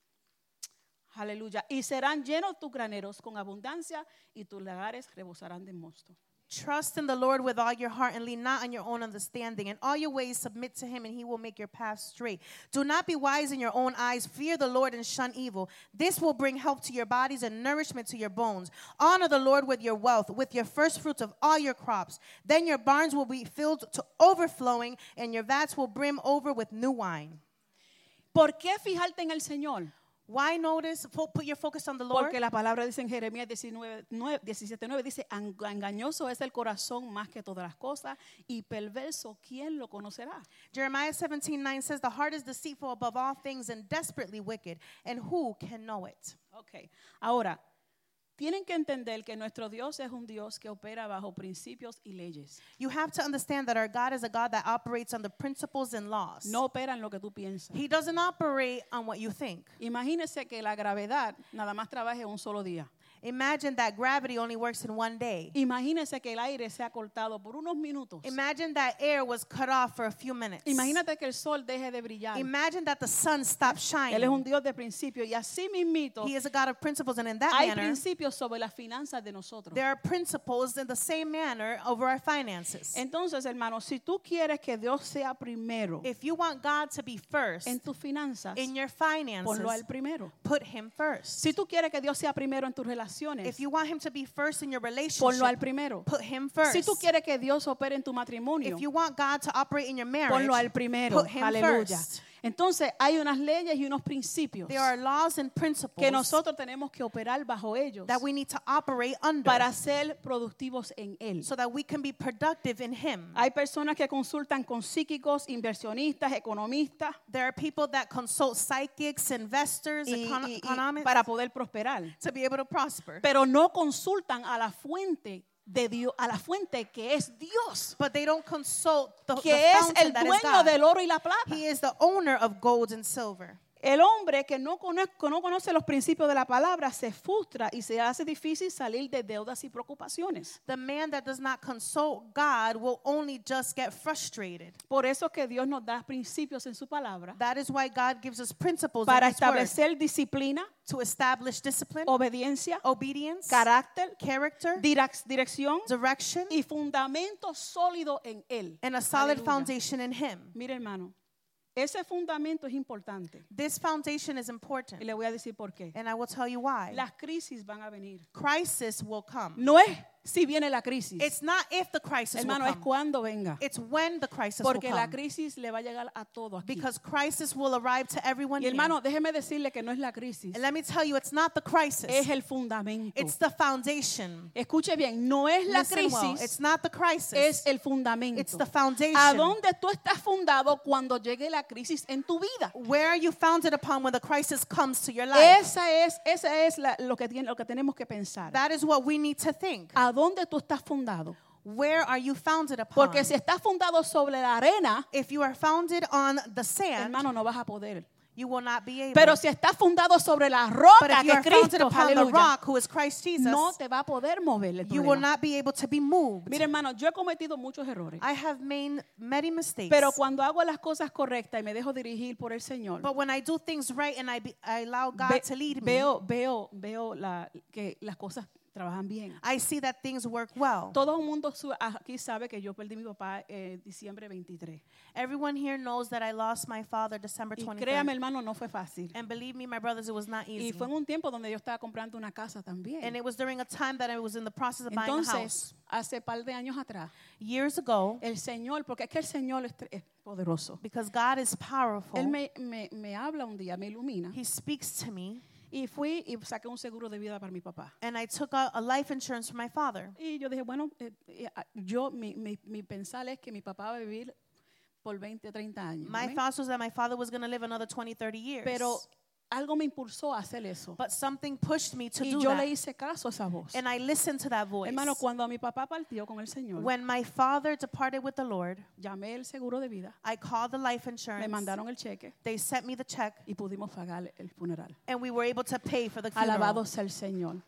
Speaker 1: Aleluya. Y serán llenos tus graneros con abundancia y tus lagares rebosarán de mosto.
Speaker 2: Trust in the Lord with all your heart and lean not on your own understanding. In all your ways submit to him and he will make your path straight. Do not be wise in your own eyes. Fear the Lord and shun evil. This will bring health to your bodies and nourishment to your bones. Honor the Lord with your wealth, with your first fruits of all your crops. Then your barns will be filled to overflowing and your vats will brim over with new wine.
Speaker 1: ¿Por qué fijarte en el Señor?
Speaker 2: Why notice? Fo- Put your focus on the Lord.
Speaker 1: Porque la palabra dice en Jeremías 19, 9, 17, 9, dice, "Ang- engañoso es el corazón más que todas las cosas y perverso, ¿quién lo conocerá?
Speaker 2: Jeremiah 17 9 says, The heart is deceitful above all things and desperately wicked, and who can know it?
Speaker 1: Ok, ahora, tienen que entender que nuestro Dios es un Dios que opera bajo principios y leyes.
Speaker 2: You have to understand that our God is a God that operates on the principles and laws.
Speaker 1: No opera en lo que tú piensas.
Speaker 2: He doesn't operate on what you think.
Speaker 1: Imagínese que la gravedad nada más trabaje un solo día.
Speaker 2: Imagine that gravity only works in one day.
Speaker 1: Imagínese que el aire sea cortado por unos minutos.
Speaker 2: Imagine that air was cut off for a few minutes.
Speaker 1: Imagínate que el sol deje de brillar.
Speaker 2: Imagine that the sun stopped
Speaker 1: Él es un
Speaker 2: shining.
Speaker 1: Dios de principios y así mismito
Speaker 2: He is a God of principles, and in that
Speaker 1: Hay
Speaker 2: manner,
Speaker 1: principios sobre las finanzas de nosotros.
Speaker 2: there are principles in the same manner over our finances.
Speaker 1: Entonces, hermano, si tú quieres que Dios sea primero
Speaker 2: If you want God to be first
Speaker 1: en tus finanzas,
Speaker 2: in your
Speaker 1: ponlo al
Speaker 2: finances,
Speaker 1: primero.
Speaker 2: put Him first.
Speaker 1: Si tú quieres que Dios sea primero en tus relaciones,
Speaker 2: If you want him to be first in your
Speaker 1: ponlo al
Speaker 2: relationship,
Speaker 1: primero.
Speaker 2: put him first.
Speaker 1: Si tú quieres que Dios opere en tu matrimonio,
Speaker 2: if you want God to operate in your marriage,
Speaker 1: ponlo al primero.
Speaker 2: put him
Speaker 1: Aleluya.
Speaker 2: first.
Speaker 1: Entonces, hay unas leyes y unos principios
Speaker 2: There are laws and principles
Speaker 1: que nosotros tenemos que operar bajo ellos
Speaker 2: that we need to operate under
Speaker 1: para ser productivos en Él.
Speaker 2: so that we can be productive in him.
Speaker 1: Hay personas que consultan con psíquicos, inversionistas, economistas.
Speaker 2: there are people that consult psychics, investors,
Speaker 1: y-
Speaker 2: econ-
Speaker 1: y- y
Speaker 2: economists
Speaker 1: para poder prosperar.
Speaker 2: to be able to prosper.
Speaker 1: Pero no consultan a la fuente de Dios, a la fuente que es Dios,
Speaker 2: But they don't consult the, the
Speaker 1: que es
Speaker 2: fountain
Speaker 1: el
Speaker 2: that is
Speaker 1: dueño
Speaker 2: God.
Speaker 1: del oro y la plata.
Speaker 2: He is the owner of gold and silver.
Speaker 1: El hombre que no conoce, no conoce los principios de la palabra se frustra y se hace difícil salir de deudas y preocupaciones.
Speaker 2: The man that does not consult God will only just get frustrated.
Speaker 1: Por eso es que Dios nos da principios en su palabra
Speaker 2: That is why God gives us principles in
Speaker 1: para
Speaker 2: His Word
Speaker 1: establecer disciplina,
Speaker 2: to establish discipline,
Speaker 1: obediencia,
Speaker 2: obedience,
Speaker 1: carácter,
Speaker 2: character,
Speaker 1: direc- dirección
Speaker 2: direction,
Speaker 1: y fundamento sólido en Él.
Speaker 2: and a solid
Speaker 1: Aleluya.
Speaker 2: foundation in Him.
Speaker 1: Mire hermano, ese fundamento es importante
Speaker 2: This foundation is
Speaker 1: y
Speaker 2: important,
Speaker 1: le voy a decir por qué.
Speaker 2: and I will tell you why.
Speaker 1: Las crisis van a venir.
Speaker 2: Crisis will come.
Speaker 1: No es si viene la crisis,
Speaker 2: It's not if the crisis will
Speaker 1: hermano, es
Speaker 2: come.
Speaker 1: cuando venga.
Speaker 2: It's when the crisis will
Speaker 1: Porque la
Speaker 2: come.
Speaker 1: crisis le va a llegar a todos aquí.
Speaker 2: Because crisis will arrive to everyone
Speaker 1: Y
Speaker 2: here.
Speaker 1: hermano, déjeme decirle que no es la crisis,
Speaker 2: And let me tell you, it's not the crisis.
Speaker 1: es el fundamento.
Speaker 2: It's the foundation.
Speaker 1: Escuche bien, no es la
Speaker 2: Listen well,
Speaker 1: crisis,
Speaker 2: It's not the crisis.
Speaker 1: es el fundamento.
Speaker 2: It's the foundation.
Speaker 1: ¿A dónde tú estás fundado cuando llegue la crisis en tu vida?
Speaker 2: Where are you founded upon when the crisis comes to your life?
Speaker 1: Esa es, esa es la- lo, que tiene- lo que tenemos que pensar.
Speaker 2: That is what we need to think.
Speaker 1: ¿A dónde tú estás fundado?
Speaker 2: Where are you founded upon?
Speaker 1: Porque si estás fundado sobre la arena,
Speaker 2: If you are founded on the sand,
Speaker 1: hermano, no vas a poder.
Speaker 2: you will not be able.
Speaker 1: Pero si estás fundado sobre la
Speaker 2: but
Speaker 1: roca
Speaker 2: if
Speaker 1: que
Speaker 2: you are founded
Speaker 1: Cristo,
Speaker 2: upon the
Speaker 1: aleluya,
Speaker 2: rock, who is Christ Jesus,
Speaker 1: no te va a poder mover. el
Speaker 2: you
Speaker 1: problema.
Speaker 2: will not be able to be moved.
Speaker 1: Mira, hermano, yo he cometido muchos errores.
Speaker 2: I have made many mistakes.
Speaker 1: Pero cuando hago las cosas correctas y me dejo dirigir por el Señor,
Speaker 2: but when I do things right and I, be, I allow God
Speaker 1: ve-
Speaker 2: to lead me,
Speaker 1: veo, veo, veo la- que las cosas trabajan bien.
Speaker 2: I see that things work well.
Speaker 1: Todo el mundo su- aquí sabe que yo perdí a mi papá en diciembre 23.
Speaker 2: Everyone here knows that I lost my father December
Speaker 1: Y
Speaker 2: 23rd.
Speaker 1: créame, hermano, no fue fácil.
Speaker 2: and believe me, my brothers, it was not easy.
Speaker 1: Y fue en un tiempo donde yo estaba comprando una casa
Speaker 2: and
Speaker 1: también.
Speaker 2: it was during a time that I was in the process of buying a house.
Speaker 1: Entonces, hace par de años atrás,
Speaker 2: Years ago,
Speaker 1: el Señor, porque es que el Señor es, es poderoso,
Speaker 2: because God is powerful,
Speaker 1: Él me, me- me habla un día, me ilumina.
Speaker 2: He speaks to me,
Speaker 1: Y fui y saqué un seguro de vida para mi papá.
Speaker 2: and I took out a life insurance for my father.
Speaker 1: Y yo dije, bueno, eh, eh, ah, yo, mi, mi, mi pensar es que mi papá va a vivir por 20, 30 años.
Speaker 2: My
Speaker 1: ¿amén?
Speaker 2: thoughts was that my father was going to live another 20, 30 years.
Speaker 1: Pero algo me impulsó a hacer eso.
Speaker 2: but something pushed me to
Speaker 1: Y
Speaker 2: do
Speaker 1: yo
Speaker 2: that.
Speaker 1: le hice caso a esa voz.
Speaker 2: and I listened to that voice.
Speaker 1: Hermano, cuando mi papá partió con el Señor,
Speaker 2: when my father departed with the Lord,
Speaker 1: llamé el seguro de vida,
Speaker 2: I called the life
Speaker 1: me
Speaker 2: insurance.
Speaker 1: mandaron el cheque
Speaker 2: They sent me the check,
Speaker 1: y pudimos pagar el funeral.
Speaker 2: and we were able to pay for the funeral.
Speaker 1: Alabado sea el Señor.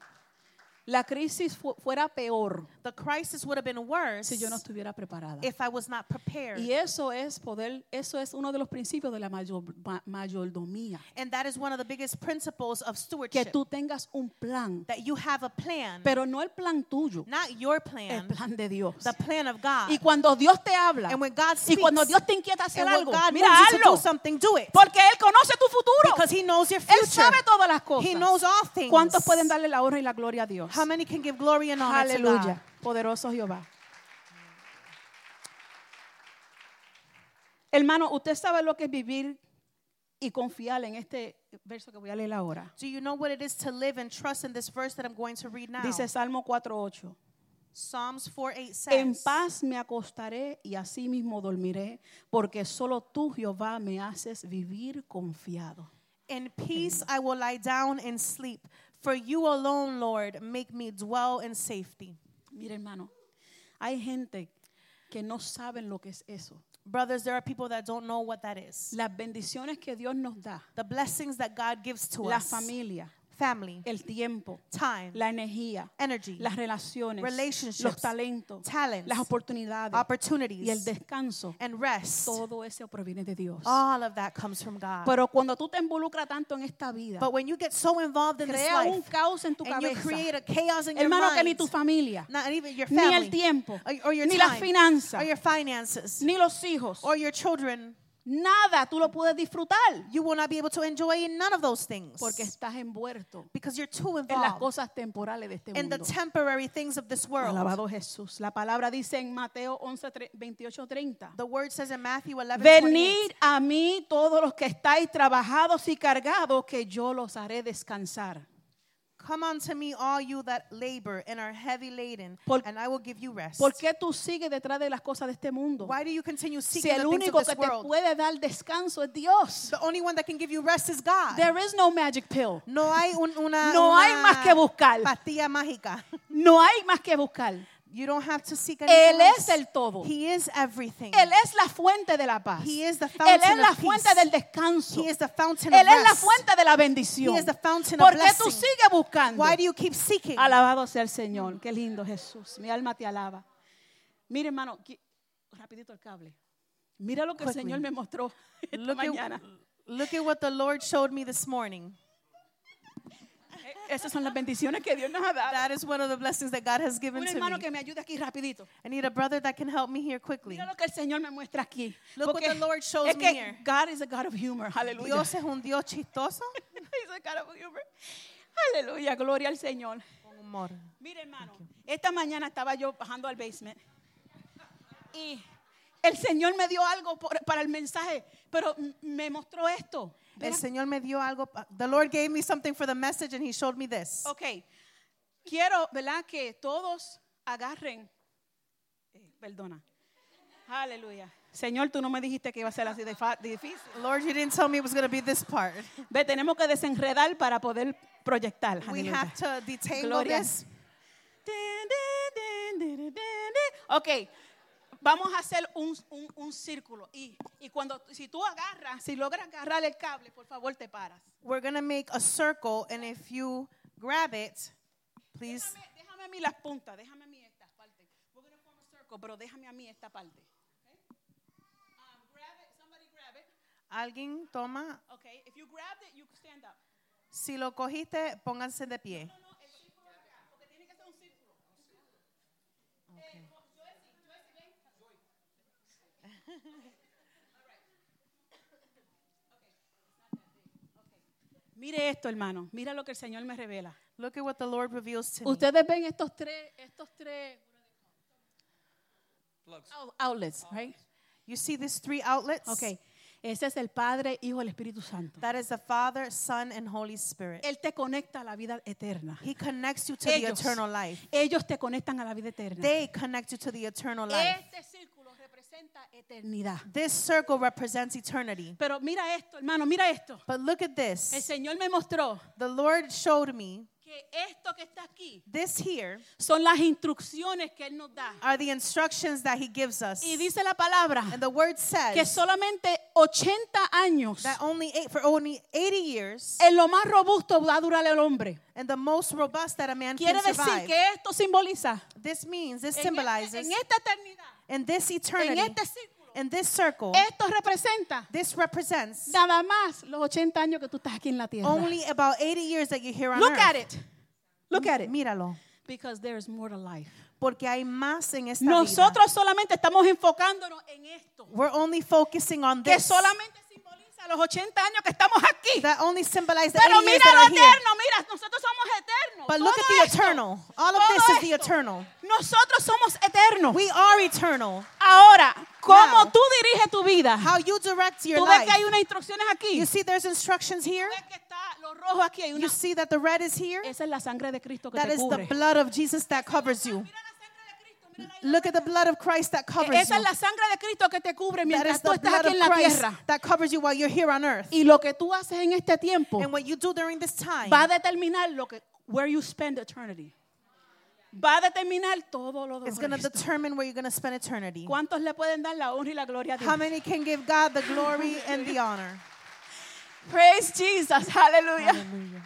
Speaker 1: La crisis fu- fuera peor
Speaker 2: The crisis would have been worse
Speaker 1: si yo no estuviera preparada.
Speaker 2: if I was not prepared.
Speaker 1: Y eso es poder, eso es uno de los principios de la mayor- ma- mayordomía.
Speaker 2: And that is one of the biggest principles of
Speaker 1: que
Speaker 2: stewardship
Speaker 1: tú tengas un plan,
Speaker 2: that you have a plan,
Speaker 1: pero no el plan tuyo,
Speaker 2: not your
Speaker 1: el
Speaker 2: plan,
Speaker 1: plan de Dios.
Speaker 2: the plan of God.
Speaker 1: Y cuando Dios te habla,
Speaker 2: And when
Speaker 1: y
Speaker 2: God speaks,
Speaker 1: cuando Dios te inquieta hacer
Speaker 2: and when
Speaker 1: algo,
Speaker 2: God
Speaker 1: mira,
Speaker 2: moves you to do
Speaker 1: hazlo,
Speaker 2: something, do it.
Speaker 1: porque Él conoce tu futuro.
Speaker 2: Because He knows your
Speaker 1: Él
Speaker 2: future.
Speaker 1: sabe todas las cosas.
Speaker 2: He knows all things.
Speaker 1: ¿Cuántos pueden darle la honra y la gloria a Dios?
Speaker 2: How many can give glory and honor to God?
Speaker 1: Aleluya, poderoso Jehová. Hermano, usted sabe lo que es vivir y confiar en este verso que voy a leer ahora.
Speaker 2: Do you know what it is to live and trust in this verse that I'm going to read now?
Speaker 1: Dice Salmo 4:8.
Speaker 2: Psalms 4:8 says,
Speaker 1: En paz me acostaré y así mismo dormiré, porque solo tú, Jehová, me haces vivir confiado.
Speaker 2: In peace I will lie down and sleep, for you alone, Lord, make me dwell in safety.
Speaker 1: Mira, hermano, hay gente que no saben lo que es eso.
Speaker 2: Brothers, there are people that don't know what that is.
Speaker 1: Las bendiciones que Dios nos da,
Speaker 2: The blessings that God gives to
Speaker 1: la
Speaker 2: us
Speaker 1: familia,
Speaker 2: family,
Speaker 1: el tiempo,
Speaker 2: time,
Speaker 1: la energía,
Speaker 2: energy,
Speaker 1: las relaciones,
Speaker 2: Relationships,
Speaker 1: los talentos,
Speaker 2: talents,
Speaker 1: las oportunidades
Speaker 2: opportunities,
Speaker 1: y el descanso.
Speaker 2: and rest.
Speaker 1: Todo eso proviene de Dios.
Speaker 2: All of that comes from God.
Speaker 1: Pero cuando tú te involucras tanto en esta vida,
Speaker 2: but when you get so involved in this
Speaker 1: crea un
Speaker 2: life
Speaker 1: caos en tu
Speaker 2: and you
Speaker 1: cabeza.
Speaker 2: create a chaos in your
Speaker 1: Hermano,
Speaker 2: mind,
Speaker 1: que ni tu familia,
Speaker 2: not even your
Speaker 1: ni
Speaker 2: family,
Speaker 1: el tiempo,
Speaker 2: or, or your
Speaker 1: ni
Speaker 2: time,
Speaker 1: las finanzas,
Speaker 2: or your finances,
Speaker 1: ni los hijos,
Speaker 2: or your children,
Speaker 1: nada tú lo puedes disfrutar
Speaker 2: you will not be able to enjoy none of those things
Speaker 1: porque estás envuelto
Speaker 2: because you're too
Speaker 1: en las
Speaker 2: involved
Speaker 1: cosas temporales de este
Speaker 2: in the
Speaker 1: mundo.
Speaker 2: temporary things of this world.
Speaker 1: Alabado Jesús. La palabra dice en Mateo 11, tre- 28, 30.
Speaker 2: The word says in Matthew 11, 28,
Speaker 1: Venid a mí todos los que estáis trabajados y cargados, que yo los haré descansar.
Speaker 2: Come unto me, all you that labor and are heavy laden,
Speaker 1: Por-
Speaker 2: and I will give you rest.
Speaker 1: ¿Por qué tú sigues detrás de las cosas de este mundo?
Speaker 2: Why do you continue
Speaker 1: Si
Speaker 2: seeking
Speaker 1: el
Speaker 2: the things
Speaker 1: único
Speaker 2: of
Speaker 1: que
Speaker 2: this
Speaker 1: te
Speaker 2: world?
Speaker 1: puede dar descanso es Dios.
Speaker 2: The only one that can give you rest is God.
Speaker 1: There is no magic pill.
Speaker 2: no hay un- una,
Speaker 1: No hay
Speaker 2: una
Speaker 1: más que buscar.
Speaker 2: pastilla mágica.
Speaker 1: No hay más que buscar.
Speaker 2: You don't have to seek anything
Speaker 1: Él es
Speaker 2: else.
Speaker 1: el todo.
Speaker 2: He is everything.
Speaker 1: Él es la fuente de la paz.
Speaker 2: He is the
Speaker 1: Él es
Speaker 2: fountain
Speaker 1: la
Speaker 2: of
Speaker 1: fuente
Speaker 2: peace.
Speaker 1: del descanso.
Speaker 2: He is the fountain of
Speaker 1: Él es la
Speaker 2: rest.
Speaker 1: fuente de la bendición.
Speaker 2: He is the fountain of
Speaker 1: ¿Por qué tú
Speaker 2: blessing.
Speaker 1: sigues buscando?
Speaker 2: Why do you keep seeking?
Speaker 1: Alabado sea el Señor. Qué lindo Jesús. Mi alma te alaba. Mire, hermano, qui- rapidito el cable. Mira lo que el
Speaker 2: Quickly.
Speaker 1: Señor me mostró esta
Speaker 2: Look
Speaker 1: mañana.
Speaker 2: at, look at what the Lord showed me this morning.
Speaker 1: Eh, Esas son las bendiciones que Dios nos ha dado.
Speaker 2: That is one of the blessings that God has given
Speaker 1: Un
Speaker 2: to
Speaker 1: hermano
Speaker 2: me.
Speaker 1: que me ayude aquí rapidito.
Speaker 2: I need a brother that can help me here quickly.
Speaker 1: Mira lo que el Señor me muestra aquí.
Speaker 2: Look what
Speaker 1: Porque
Speaker 2: the Lord shows
Speaker 1: es
Speaker 2: me
Speaker 1: que
Speaker 2: here.
Speaker 1: God is a God of humor. Aleluya.
Speaker 2: Dios es un Dios chistoso.
Speaker 1: He's a God of humor. Aleluya. Gloria al Señor.
Speaker 2: Con humor.
Speaker 1: Mire, hermano, esta mañana estaba yo bajando al basement y el Señor me dio algo por- para el mensaje, pero m- me mostró esto.
Speaker 2: El
Speaker 1: Verá-
Speaker 2: Señor me dio algo. pa- The Lord gave me something for the message and he showed me this.
Speaker 1: Ok, quiero, ¿verdad? Que todos agarren. eh, perdona. Aleluya. Señor, tú no me dijiste que iba a ser así de fa- difícil.
Speaker 2: Lord, you didn't tell me it was going to be this part.
Speaker 1: Ve, tenemos que desenredar para poder proyectar.
Speaker 2: We
Speaker 1: Aleluya.
Speaker 2: have to detangle
Speaker 1: Gloria.
Speaker 2: this.
Speaker 1: Din, din, din, din, din, din. Ok, vamos a hacer un, un- un círculo. Y, y cuando, si tú agarras, si logras agarrar el cable, por favor te paras.
Speaker 2: We're going to make a circle, and if you grab it, please.
Speaker 1: Déjame, déjame a mí las puntas, déjame a mí esta parte. We're gonna form a circle, pero déjame a mí esta parte. Okay? Um, grab it, somebody grab it.
Speaker 2: Alguien toma.
Speaker 1: Okay, if you grabbed it, you stand up.
Speaker 2: Si lo cogiste, pónganse de pie.
Speaker 1: No, no, el círculo acá, porque tiene que ser un círculo. Eh, jo- Joyce, Joyce, ven. Mire esto, hermano. Mira lo que el Señor me revela.
Speaker 2: Look at what the Lord reveals to me.
Speaker 1: Ustedes ven estos tres, estos tres Out- outlets, right?
Speaker 2: You see these three outlets?
Speaker 1: Okay. Ese es el Padre, Hijo, el Espíritu Santo.
Speaker 2: That is the Father, Son, and Holy Spirit.
Speaker 1: Él te conecta a la vida eterna.
Speaker 2: He connects you to the
Speaker 1: Eh, Ellos.
Speaker 2: eternal life.
Speaker 1: Ellos te conectan a la vida eterna.
Speaker 2: They connect you to the eternal
Speaker 1: Eh.
Speaker 2: life.
Speaker 1: Este círculo representa eternidad.
Speaker 2: This circle represents eternity.
Speaker 1: Pero mira esto, hermano, mira esto.
Speaker 2: But look at
Speaker 1: El
Speaker 2: this.
Speaker 1: Señor me mostró
Speaker 2: The Lord showed me
Speaker 1: que esto que está aquí
Speaker 2: this here
Speaker 1: son las instrucciones que Él nos da.
Speaker 2: are the instructions that He gives us.
Speaker 1: Y dice la palabra
Speaker 2: And the word
Speaker 1: que
Speaker 2: says
Speaker 1: solamente 80 años
Speaker 2: that only eight, for only 80 years
Speaker 1: en lo más robusto va a durar el hombre.
Speaker 2: and the most robust that a man
Speaker 1: Quiere
Speaker 2: can
Speaker 1: decir
Speaker 2: survive.
Speaker 1: que esto simboliza
Speaker 2: This means, this
Speaker 1: en, este-
Speaker 2: symbolizes
Speaker 1: en esta eternidad,
Speaker 2: in this
Speaker 1: en
Speaker 2: eternity,
Speaker 1: este círculo.
Speaker 2: in this circle,
Speaker 1: Esto representa
Speaker 2: this represents
Speaker 1: nada más los 80 años que tú estás aquí en la tierra.
Speaker 2: only about 80 years that you're here on
Speaker 1: Look
Speaker 2: earth.
Speaker 1: at it. Look at it.
Speaker 2: Míralo.
Speaker 1: Because there is more to life.
Speaker 2: Porque hay más en esta vida.
Speaker 1: Nosotros solamente estamos enfocándonos en esto,
Speaker 2: We're only focusing on
Speaker 1: que
Speaker 2: this.
Speaker 1: solamente simboliza los 80 años que estamos aquí.
Speaker 2: that only symbolizes the 80
Speaker 1: Pero
Speaker 2: years
Speaker 1: mira
Speaker 2: that
Speaker 1: lo
Speaker 2: are here.
Speaker 1: eterno, mira, nosotros somos eternos.
Speaker 2: But look
Speaker 1: Todo
Speaker 2: at the
Speaker 1: esto,
Speaker 2: eternal. All of
Speaker 1: todo
Speaker 2: this is the
Speaker 1: esto,
Speaker 2: eternal.
Speaker 1: Nosotros somos eternos.
Speaker 2: We are eternal.
Speaker 1: Ahora, cómo
Speaker 2: Now,
Speaker 1: tú diriges tu vida.
Speaker 2: How you direct your
Speaker 1: Tú ves
Speaker 2: life.
Speaker 1: que hay unas instrucciones aquí.
Speaker 2: You see there's instructions here.
Speaker 1: Tú ves que está lo rojo aquí, hay una-
Speaker 2: You see that the red is here.
Speaker 1: Esa es la sangre de Cristo que
Speaker 2: That
Speaker 1: te
Speaker 2: is
Speaker 1: cubre.
Speaker 2: the blood of Jesus that covers you.
Speaker 1: Mira la sangre de Cristo, mira la-
Speaker 2: Look at the blood of Christ that covers
Speaker 1: Esa
Speaker 2: you.
Speaker 1: es la sangre de Cristo que te cubre
Speaker 2: That
Speaker 1: mientras
Speaker 2: is
Speaker 1: tú
Speaker 2: the
Speaker 1: estás
Speaker 2: blood
Speaker 1: aquí
Speaker 2: of
Speaker 1: en la
Speaker 2: Christ
Speaker 1: tierra.
Speaker 2: that covers you while you're here on earth.
Speaker 1: Y lo que tú haces en este tiempo
Speaker 2: And what you do during this time
Speaker 1: va a determinar lo que where you spend eternity. Va a determinar todo lo
Speaker 2: is going to
Speaker 1: demás.
Speaker 2: determine where you're going to spend eternity.
Speaker 1: ¿Cuántos le pueden dar la honra y la gloria a Dios?
Speaker 2: How many can give God the glory and the honor?
Speaker 1: Praise Jesus, aleluya.
Speaker 2: Hallelujah.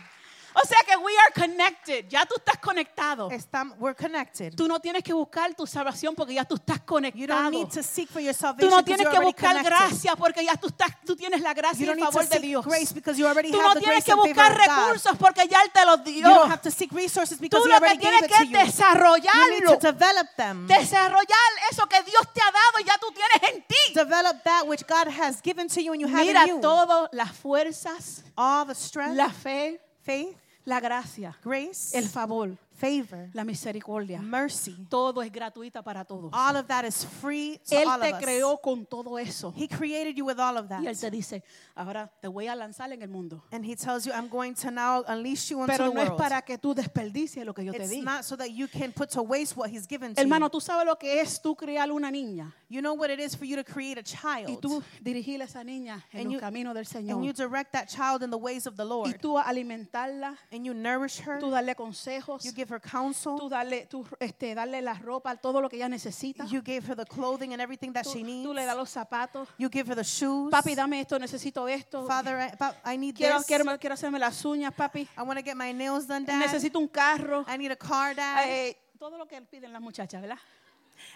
Speaker 1: O sea que we are connected, ya tú estás conectado.
Speaker 2: Estam- we're connected.
Speaker 1: Tú no tienes que buscar tu salvación porque ya tú estás
Speaker 2: You don't
Speaker 1: conectado.
Speaker 2: need to seek for your
Speaker 1: Tú
Speaker 2: salvation
Speaker 1: no
Speaker 2: because
Speaker 1: tienes
Speaker 2: you're
Speaker 1: que
Speaker 2: already
Speaker 1: buscar
Speaker 2: connected.
Speaker 1: gracia porque ya tú estás tú tienes la gracia y
Speaker 2: You
Speaker 1: el
Speaker 2: don't need to
Speaker 1: favor de
Speaker 2: seek
Speaker 1: Dios.
Speaker 2: grace because you already
Speaker 1: Tú
Speaker 2: have
Speaker 1: no
Speaker 2: the
Speaker 1: tienes
Speaker 2: grace
Speaker 1: que
Speaker 2: and favor of
Speaker 1: buscar
Speaker 2: God.
Speaker 1: recursos porque ya Él te los
Speaker 2: You
Speaker 1: dio.
Speaker 2: don't have to seek resources
Speaker 1: Tú
Speaker 2: because He
Speaker 1: lo que
Speaker 2: already gave
Speaker 1: tienes
Speaker 2: it to
Speaker 1: que
Speaker 2: you.
Speaker 1: es
Speaker 2: You need
Speaker 1: desarrollarlo.
Speaker 2: to develop them.
Speaker 1: Desarrollar eso que Dios te ha dado ya tú tienes en ti.
Speaker 2: Develop that which God has given to you and you have
Speaker 1: Mira
Speaker 2: in you.
Speaker 1: todas las fuerzas,
Speaker 2: All the strength,
Speaker 1: la fe,
Speaker 2: faith,
Speaker 1: la gracia,
Speaker 2: grace,
Speaker 1: el favor,
Speaker 2: favor,
Speaker 1: la misericordia.
Speaker 2: mercy.
Speaker 1: Todo es gratuita para todos.
Speaker 2: All of that is free to
Speaker 1: Él
Speaker 2: all
Speaker 1: te
Speaker 2: of us.
Speaker 1: creó con todo eso.
Speaker 2: He created you with all of
Speaker 1: Y Él
Speaker 2: that.
Speaker 1: te dice, ahora te voy a lanzar en el mundo.
Speaker 2: And he tells you, I'm going to now unleash you into
Speaker 1: Pero
Speaker 2: the
Speaker 1: no es
Speaker 2: world.
Speaker 1: para que tú desperdicies lo que yo te
Speaker 2: It's
Speaker 1: di.
Speaker 2: not so that you can put to waste what he's given to you.
Speaker 1: Hermano, tú sabes lo que es tú criar una niña.
Speaker 2: You know what it is for you to create a
Speaker 1: y
Speaker 2: child.
Speaker 1: tú dirigir a esa niña en
Speaker 2: And
Speaker 1: los
Speaker 2: you-
Speaker 1: caminos del Señor.
Speaker 2: And you direct that child in the ways of the
Speaker 1: y
Speaker 2: Lord.
Speaker 1: tú alimentarla,
Speaker 2: And you nourish her.
Speaker 1: tú darle consejos,
Speaker 2: You give her
Speaker 1: tú
Speaker 2: counsel.
Speaker 1: darle, tú, este, darle la ropa, todo lo que ella necesita.
Speaker 2: You give her the clothing and everything that
Speaker 1: tú,
Speaker 2: she needs.
Speaker 1: tú le das los zapatos.
Speaker 2: You give her the shoes.
Speaker 1: Papi, dame esto, necesito esto.
Speaker 2: Father, I, pap- I need
Speaker 1: quiero,
Speaker 2: this.
Speaker 1: quiero, quiero hacerme las uñas, papi.
Speaker 2: I want to get my nails done, Dad.
Speaker 1: Necesito un carro.
Speaker 2: I need a car, Dad.
Speaker 1: Eh, todo lo que piden las muchachas, ¿verdad?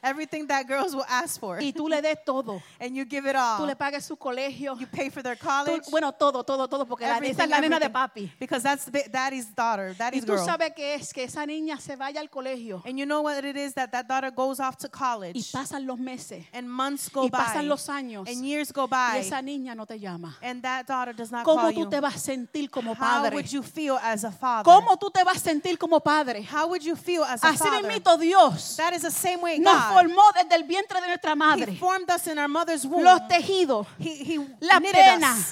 Speaker 2: Everything that girls will ask for.
Speaker 1: Y tú le des todo.
Speaker 2: And you give it
Speaker 1: Tú
Speaker 2: all.
Speaker 1: le pagues su colegio.
Speaker 2: You pay for their
Speaker 1: Tú-
Speaker 2: college.
Speaker 1: bueno, todo, todo, todo, porque la, esa es
Speaker 2: everything,
Speaker 1: la nena de
Speaker 2: everything.
Speaker 1: papi.
Speaker 2: Because that's the, daddy's daughter,
Speaker 1: Y
Speaker 2: daddy's
Speaker 1: tú
Speaker 2: girl.
Speaker 1: sabes que es que esa niña se vaya al colegio
Speaker 2: And you know what it is that that daughter goes off to
Speaker 1: y
Speaker 2: college.
Speaker 1: pasan los meses
Speaker 2: And months go
Speaker 1: y
Speaker 2: by.
Speaker 1: pasan los años
Speaker 2: And
Speaker 1: y
Speaker 2: years go by.
Speaker 1: esa niña no te llama.
Speaker 2: And that daughter does not call
Speaker 1: ¿Cómo tú
Speaker 2: you.
Speaker 1: te vas a sentir como
Speaker 2: How
Speaker 1: padre?
Speaker 2: would you feel as a father?
Speaker 1: ¿Cómo tú te vas a sentir como padre?
Speaker 2: How would you feel as a
Speaker 1: Así
Speaker 2: father?
Speaker 1: mismito Dios
Speaker 2: That is the same way
Speaker 1: nos
Speaker 2: God
Speaker 1: formó desde el vientre de nuestra
Speaker 2: He
Speaker 1: madre.
Speaker 2: formed us in our mother's womb.
Speaker 1: Los tejidos,
Speaker 2: he, he
Speaker 1: las
Speaker 2: knitted
Speaker 1: venas,
Speaker 2: us.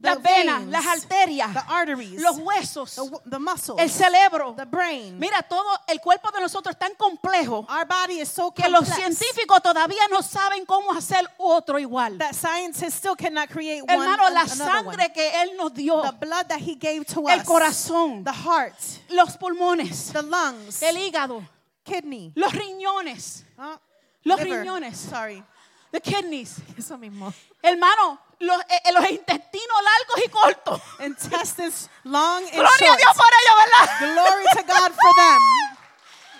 Speaker 2: The
Speaker 1: las venas,
Speaker 2: veins,
Speaker 1: las arterias,
Speaker 2: the arteries,
Speaker 1: los huesos,
Speaker 2: the, w- the muscles,
Speaker 1: el cerebro.
Speaker 2: the brain.
Speaker 1: Mira, todo el cuerpo de nosotros es tan complejo
Speaker 2: our body is so
Speaker 1: que los
Speaker 2: complex
Speaker 1: científicos todavía no saben cómo hacer otro igual.
Speaker 2: that scientists still cannot create
Speaker 1: Hermano,
Speaker 2: one
Speaker 1: la
Speaker 2: an- another one.
Speaker 1: sangre que Él nos dio,
Speaker 2: The blood that he gave to
Speaker 1: el
Speaker 2: us.
Speaker 1: corazón,
Speaker 2: The heart,
Speaker 1: los pulmones,
Speaker 2: the lungs,
Speaker 1: el hígado,
Speaker 2: kidney.
Speaker 1: los riñones,
Speaker 2: Ah,
Speaker 1: Los
Speaker 2: liver.
Speaker 1: riñones.
Speaker 2: Sorry.
Speaker 1: the kidneys.
Speaker 2: Eso mismo.
Speaker 1: Hermano, los, eh, eh, los intestinos largos y cortos.
Speaker 2: Intestines long and
Speaker 1: Gloria a
Speaker 2: short.
Speaker 1: Dios por ello, ¿verdad?
Speaker 2: Glory to God for them.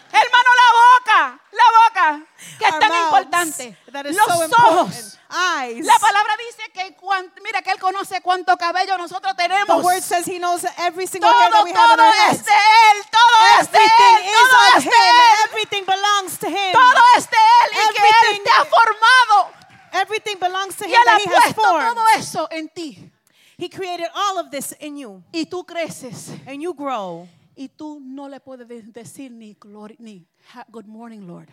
Speaker 1: Hermano, la boca, la boca, que es
Speaker 2: Our
Speaker 1: tan
Speaker 2: mouths,
Speaker 1: importante.
Speaker 2: That is
Speaker 1: Los
Speaker 2: so
Speaker 1: ojos.
Speaker 2: important. Eyes.
Speaker 1: La palabra dice que, cuan- mira, que Él conoce cuánto cabello nosotros
Speaker 2: the
Speaker 1: tenemos.
Speaker 2: word says he knows every single
Speaker 1: Todo,
Speaker 2: hair that
Speaker 1: todo
Speaker 2: we have on our
Speaker 1: es
Speaker 2: heads.
Speaker 1: de Él, todo es de Él,
Speaker 2: Everything is
Speaker 1: todo
Speaker 2: of
Speaker 1: es de Él,
Speaker 2: him. and Everything belongs to him.
Speaker 1: todo es de Él y que Él
Speaker 2: Everything-
Speaker 1: te ha formado.
Speaker 2: Everything belongs to him
Speaker 1: Y Él
Speaker 2: that he
Speaker 1: ha
Speaker 2: has
Speaker 1: puesto
Speaker 2: formed.
Speaker 1: todo eso en ti.
Speaker 2: He created all of this in you.
Speaker 1: Y tú creces.
Speaker 2: And you grow.
Speaker 1: Y tú no le puedes de- decir ni gloria, ni ha- good morning, Lord.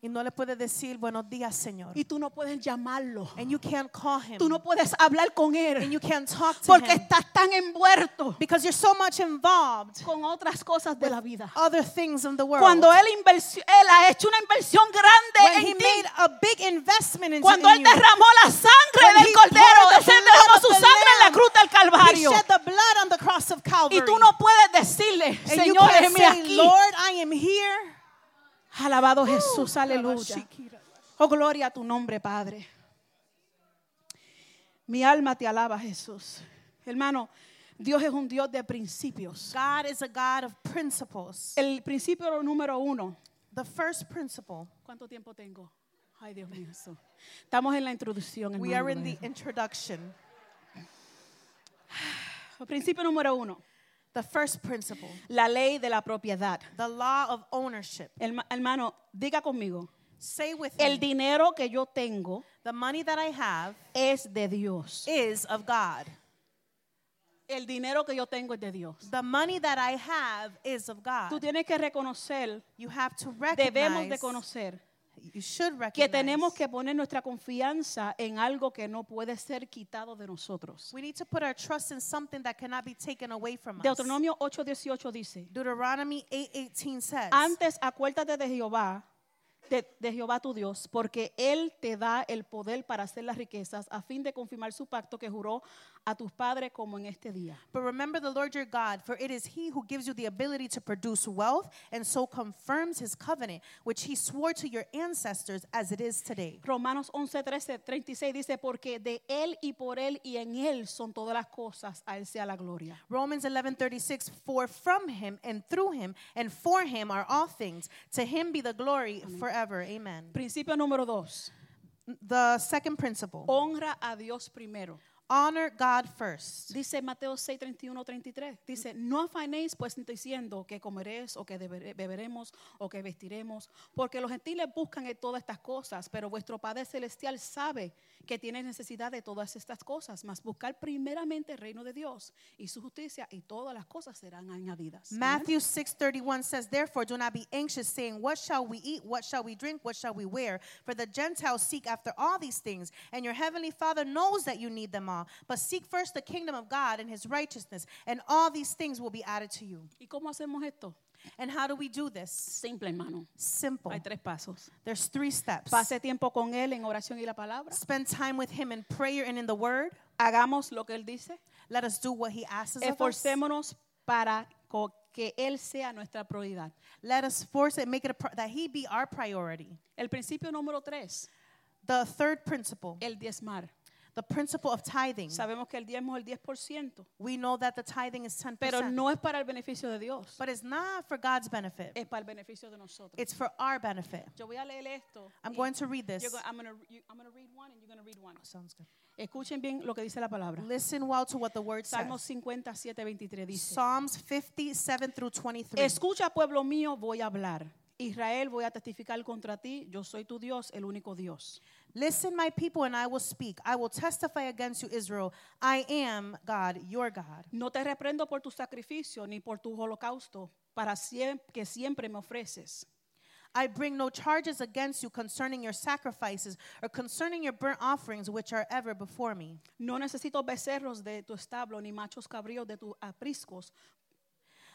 Speaker 2: Y no le puede decir buenos días, Señor.
Speaker 1: Y tú no puedes llamarlo.
Speaker 2: And you can't call him.
Speaker 1: Tú no puedes hablar con
Speaker 2: And
Speaker 1: Él.
Speaker 2: you can't talk to
Speaker 1: Porque
Speaker 2: him.
Speaker 1: estás tan envuelto
Speaker 2: Because you're so much involved
Speaker 1: con otras cosas de la vida.
Speaker 2: other things in the world.
Speaker 1: Cuando él, inversio- él ha hecho una inversión grande
Speaker 2: when he
Speaker 1: en ti.
Speaker 2: made a big investment into
Speaker 1: Cuando
Speaker 2: in
Speaker 1: él
Speaker 2: you,
Speaker 1: derramó la sangre
Speaker 2: When
Speaker 1: del
Speaker 2: he
Speaker 1: cordero,
Speaker 2: poured
Speaker 1: él
Speaker 2: the
Speaker 1: derramó
Speaker 2: blood of
Speaker 1: su
Speaker 2: the
Speaker 1: sangre en la
Speaker 2: Lamb,
Speaker 1: cruz del
Speaker 2: he
Speaker 1: Calvario.
Speaker 2: shed the blood on the cross of Calvary.
Speaker 1: Y tú no puedes decirle,
Speaker 2: and you
Speaker 1: Señor,
Speaker 2: can't
Speaker 1: heme
Speaker 2: say,
Speaker 1: aquí.
Speaker 2: Lord, I am here.
Speaker 1: Alabado Jesús, aleluya. Oh, gloria a tu nombre, Padre. Mi alma te alaba, Jesús. Hermano, Dios es un Dios de principios.
Speaker 2: God is a God of principles.
Speaker 1: El principio número uno.
Speaker 2: The first principle,
Speaker 1: ¿Cuánto tiempo tengo? Ay, Dios mío, Jesús. Estamos en la introducción, hermano.
Speaker 2: we are in the
Speaker 1: Lorenzo.
Speaker 2: introduction.
Speaker 1: El principio número uno.
Speaker 2: The first principle,
Speaker 1: La ley de la propiedad.
Speaker 2: the law of ownership.
Speaker 1: Herma- Hermano, diga conmigo.
Speaker 2: Say with
Speaker 1: El
Speaker 2: me,
Speaker 1: dinero que yo tengo
Speaker 2: the money that I have
Speaker 1: es de Dios.
Speaker 2: is of God.
Speaker 1: El dinero que yo tengo es de Dios.
Speaker 2: The money that I have is of
Speaker 1: Tú
Speaker 2: God.
Speaker 1: tienes que reconocer,
Speaker 2: You have to
Speaker 1: debemos de
Speaker 2: recognize,
Speaker 1: conocer
Speaker 2: you should
Speaker 1: que
Speaker 2: recognize,
Speaker 1: tenemos que poner nuestra confianza en algo que no puede ser quitado de nosotros.
Speaker 2: we need to put our trust in something that cannot be taken away from us.
Speaker 1: Deuteronomio 8:18 dice,
Speaker 2: Deuteronomy 8.18 says,
Speaker 1: antes acuérdate de Jehová, de, de Jehová tu Dios, porque Él te da el poder para hacer las riquezas a fin de confirmar su pacto que juró a tus padres como en este día.
Speaker 2: But remember the Lord your God, for it is he who gives you the ability to produce wealth and so confirms his covenant, which he swore to your ancestors as it is today.
Speaker 1: Romanos 11, 13, 36 dice, porque de Él y por Él y en Él son todas las cosas, a Él sea la gloria.
Speaker 2: Romans 11:36 For from him and through him and for him are all things to him be the glory forever amen
Speaker 1: Principio número dos,
Speaker 2: The second principle
Speaker 1: honra a Dios primero.
Speaker 2: honor God first
Speaker 1: Dice Mateo 6, 31, 33, dice, no afanéis pues diciendo que comeréis o que debere- beberemos o que vestiremos, porque los gentiles buscan en todas estas cosas, pero vuestro Padre Celestial sabe que tiene necesidad de todas estas cosas, mas buscar primeramente el reino de Dios y su justicia y todas las cosas serán añadidas. Amén.
Speaker 2: Matthew 6:31 says therefore do not be anxious saying what shall we eat what shall we drink what shall we wear for the Gentiles seek after all these things and your heavenly Father knows that you need them all. But seek first the kingdom of God and his righteousness, and all these things will be added to you.
Speaker 1: ¿Y cómo hacemos esto?
Speaker 2: And how do we do this?
Speaker 1: Simple, hermano.
Speaker 2: Simple.
Speaker 1: Hay tres pasos.
Speaker 2: There's three steps.
Speaker 1: Pase tiempo con Él en oración y la palabra.
Speaker 2: Spend time with him in prayer and in the word.
Speaker 1: Hagamos lo que Él dice.
Speaker 2: Let us do what he asks of us.
Speaker 1: Esforcémonos para co- que Él sea nuestra prioridad.
Speaker 2: Let us force it, make it a pri- that he be our priority.
Speaker 1: El principio número tres,
Speaker 2: The third principle,
Speaker 1: el diezmar.
Speaker 2: the principle of tithing.
Speaker 1: Sabemos que el diezmo es el 10%,
Speaker 2: We know that the tithing is 10%,
Speaker 1: pero no es para el beneficio de Dios,
Speaker 2: but it's not for God's benefit.
Speaker 1: es para el beneficio de nosotros.
Speaker 2: It's for our benefit.
Speaker 1: Yo voy a leer esto.
Speaker 2: I'm
Speaker 1: y
Speaker 2: going to read this.
Speaker 1: you're go- ah, I'm gonna re- you- I'm gonna read one and you're gonna read one.
Speaker 2: Sounds good.
Speaker 1: Escuchen bien lo que dice la palabra.
Speaker 2: Listen well to what the word
Speaker 1: Salmo
Speaker 2: says.
Speaker 1: 57, 23 dice.
Speaker 2: Psalms 57 through 23.
Speaker 1: Escucha, pueblo mío, voy a hablar. Israel, voy a testificar contra ti. Yo soy tu Dios, el único Dios.
Speaker 2: Listen, my people, and I will speak. I will testify against you, Israel. I am God, your God.
Speaker 1: No te reprendo por tu sacrificio ni por tu holocausto, para siem- que siempre me ofreces.
Speaker 2: I bring no charges against you concerning your sacrifices or concerning your burnt offerings, which are ever before me.
Speaker 1: No necesito becerros de tu establo ni machos cabríos de tus apriscos,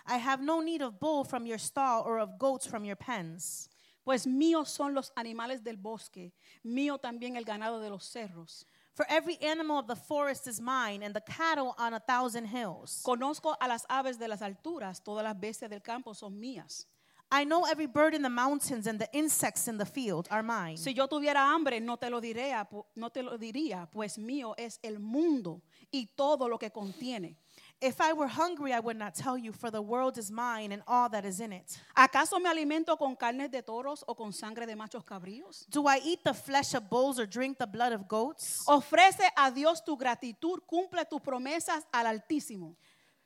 Speaker 2: I have no need of bull from your stall or of goats from your pens.
Speaker 1: pues míos son los animales del bosque, mío también el ganado de los cerros.
Speaker 2: For every animal of the forest is mine, and the cattle on a thousand hills.
Speaker 1: Conozco a las aves de las alturas, todas las bestias del campo son mías.
Speaker 2: I know every bird in the mountains and the insects in the field are mine.
Speaker 1: Si yo tuviera hambre, no te lo diría, pu- no te lo diría, pues mío es el mundo y todo lo que contiene.
Speaker 2: If I were hungry, I would not tell you, for the world is mine and all that is in it.
Speaker 1: ¿Acaso me alimento con carnes de toros o con sangre de machos cabríos?
Speaker 2: Do I eat the flesh of bulls or drink the blood of goats?
Speaker 1: Ofrece a Dios tu gratitud, cumple tus promesas al Altísimo.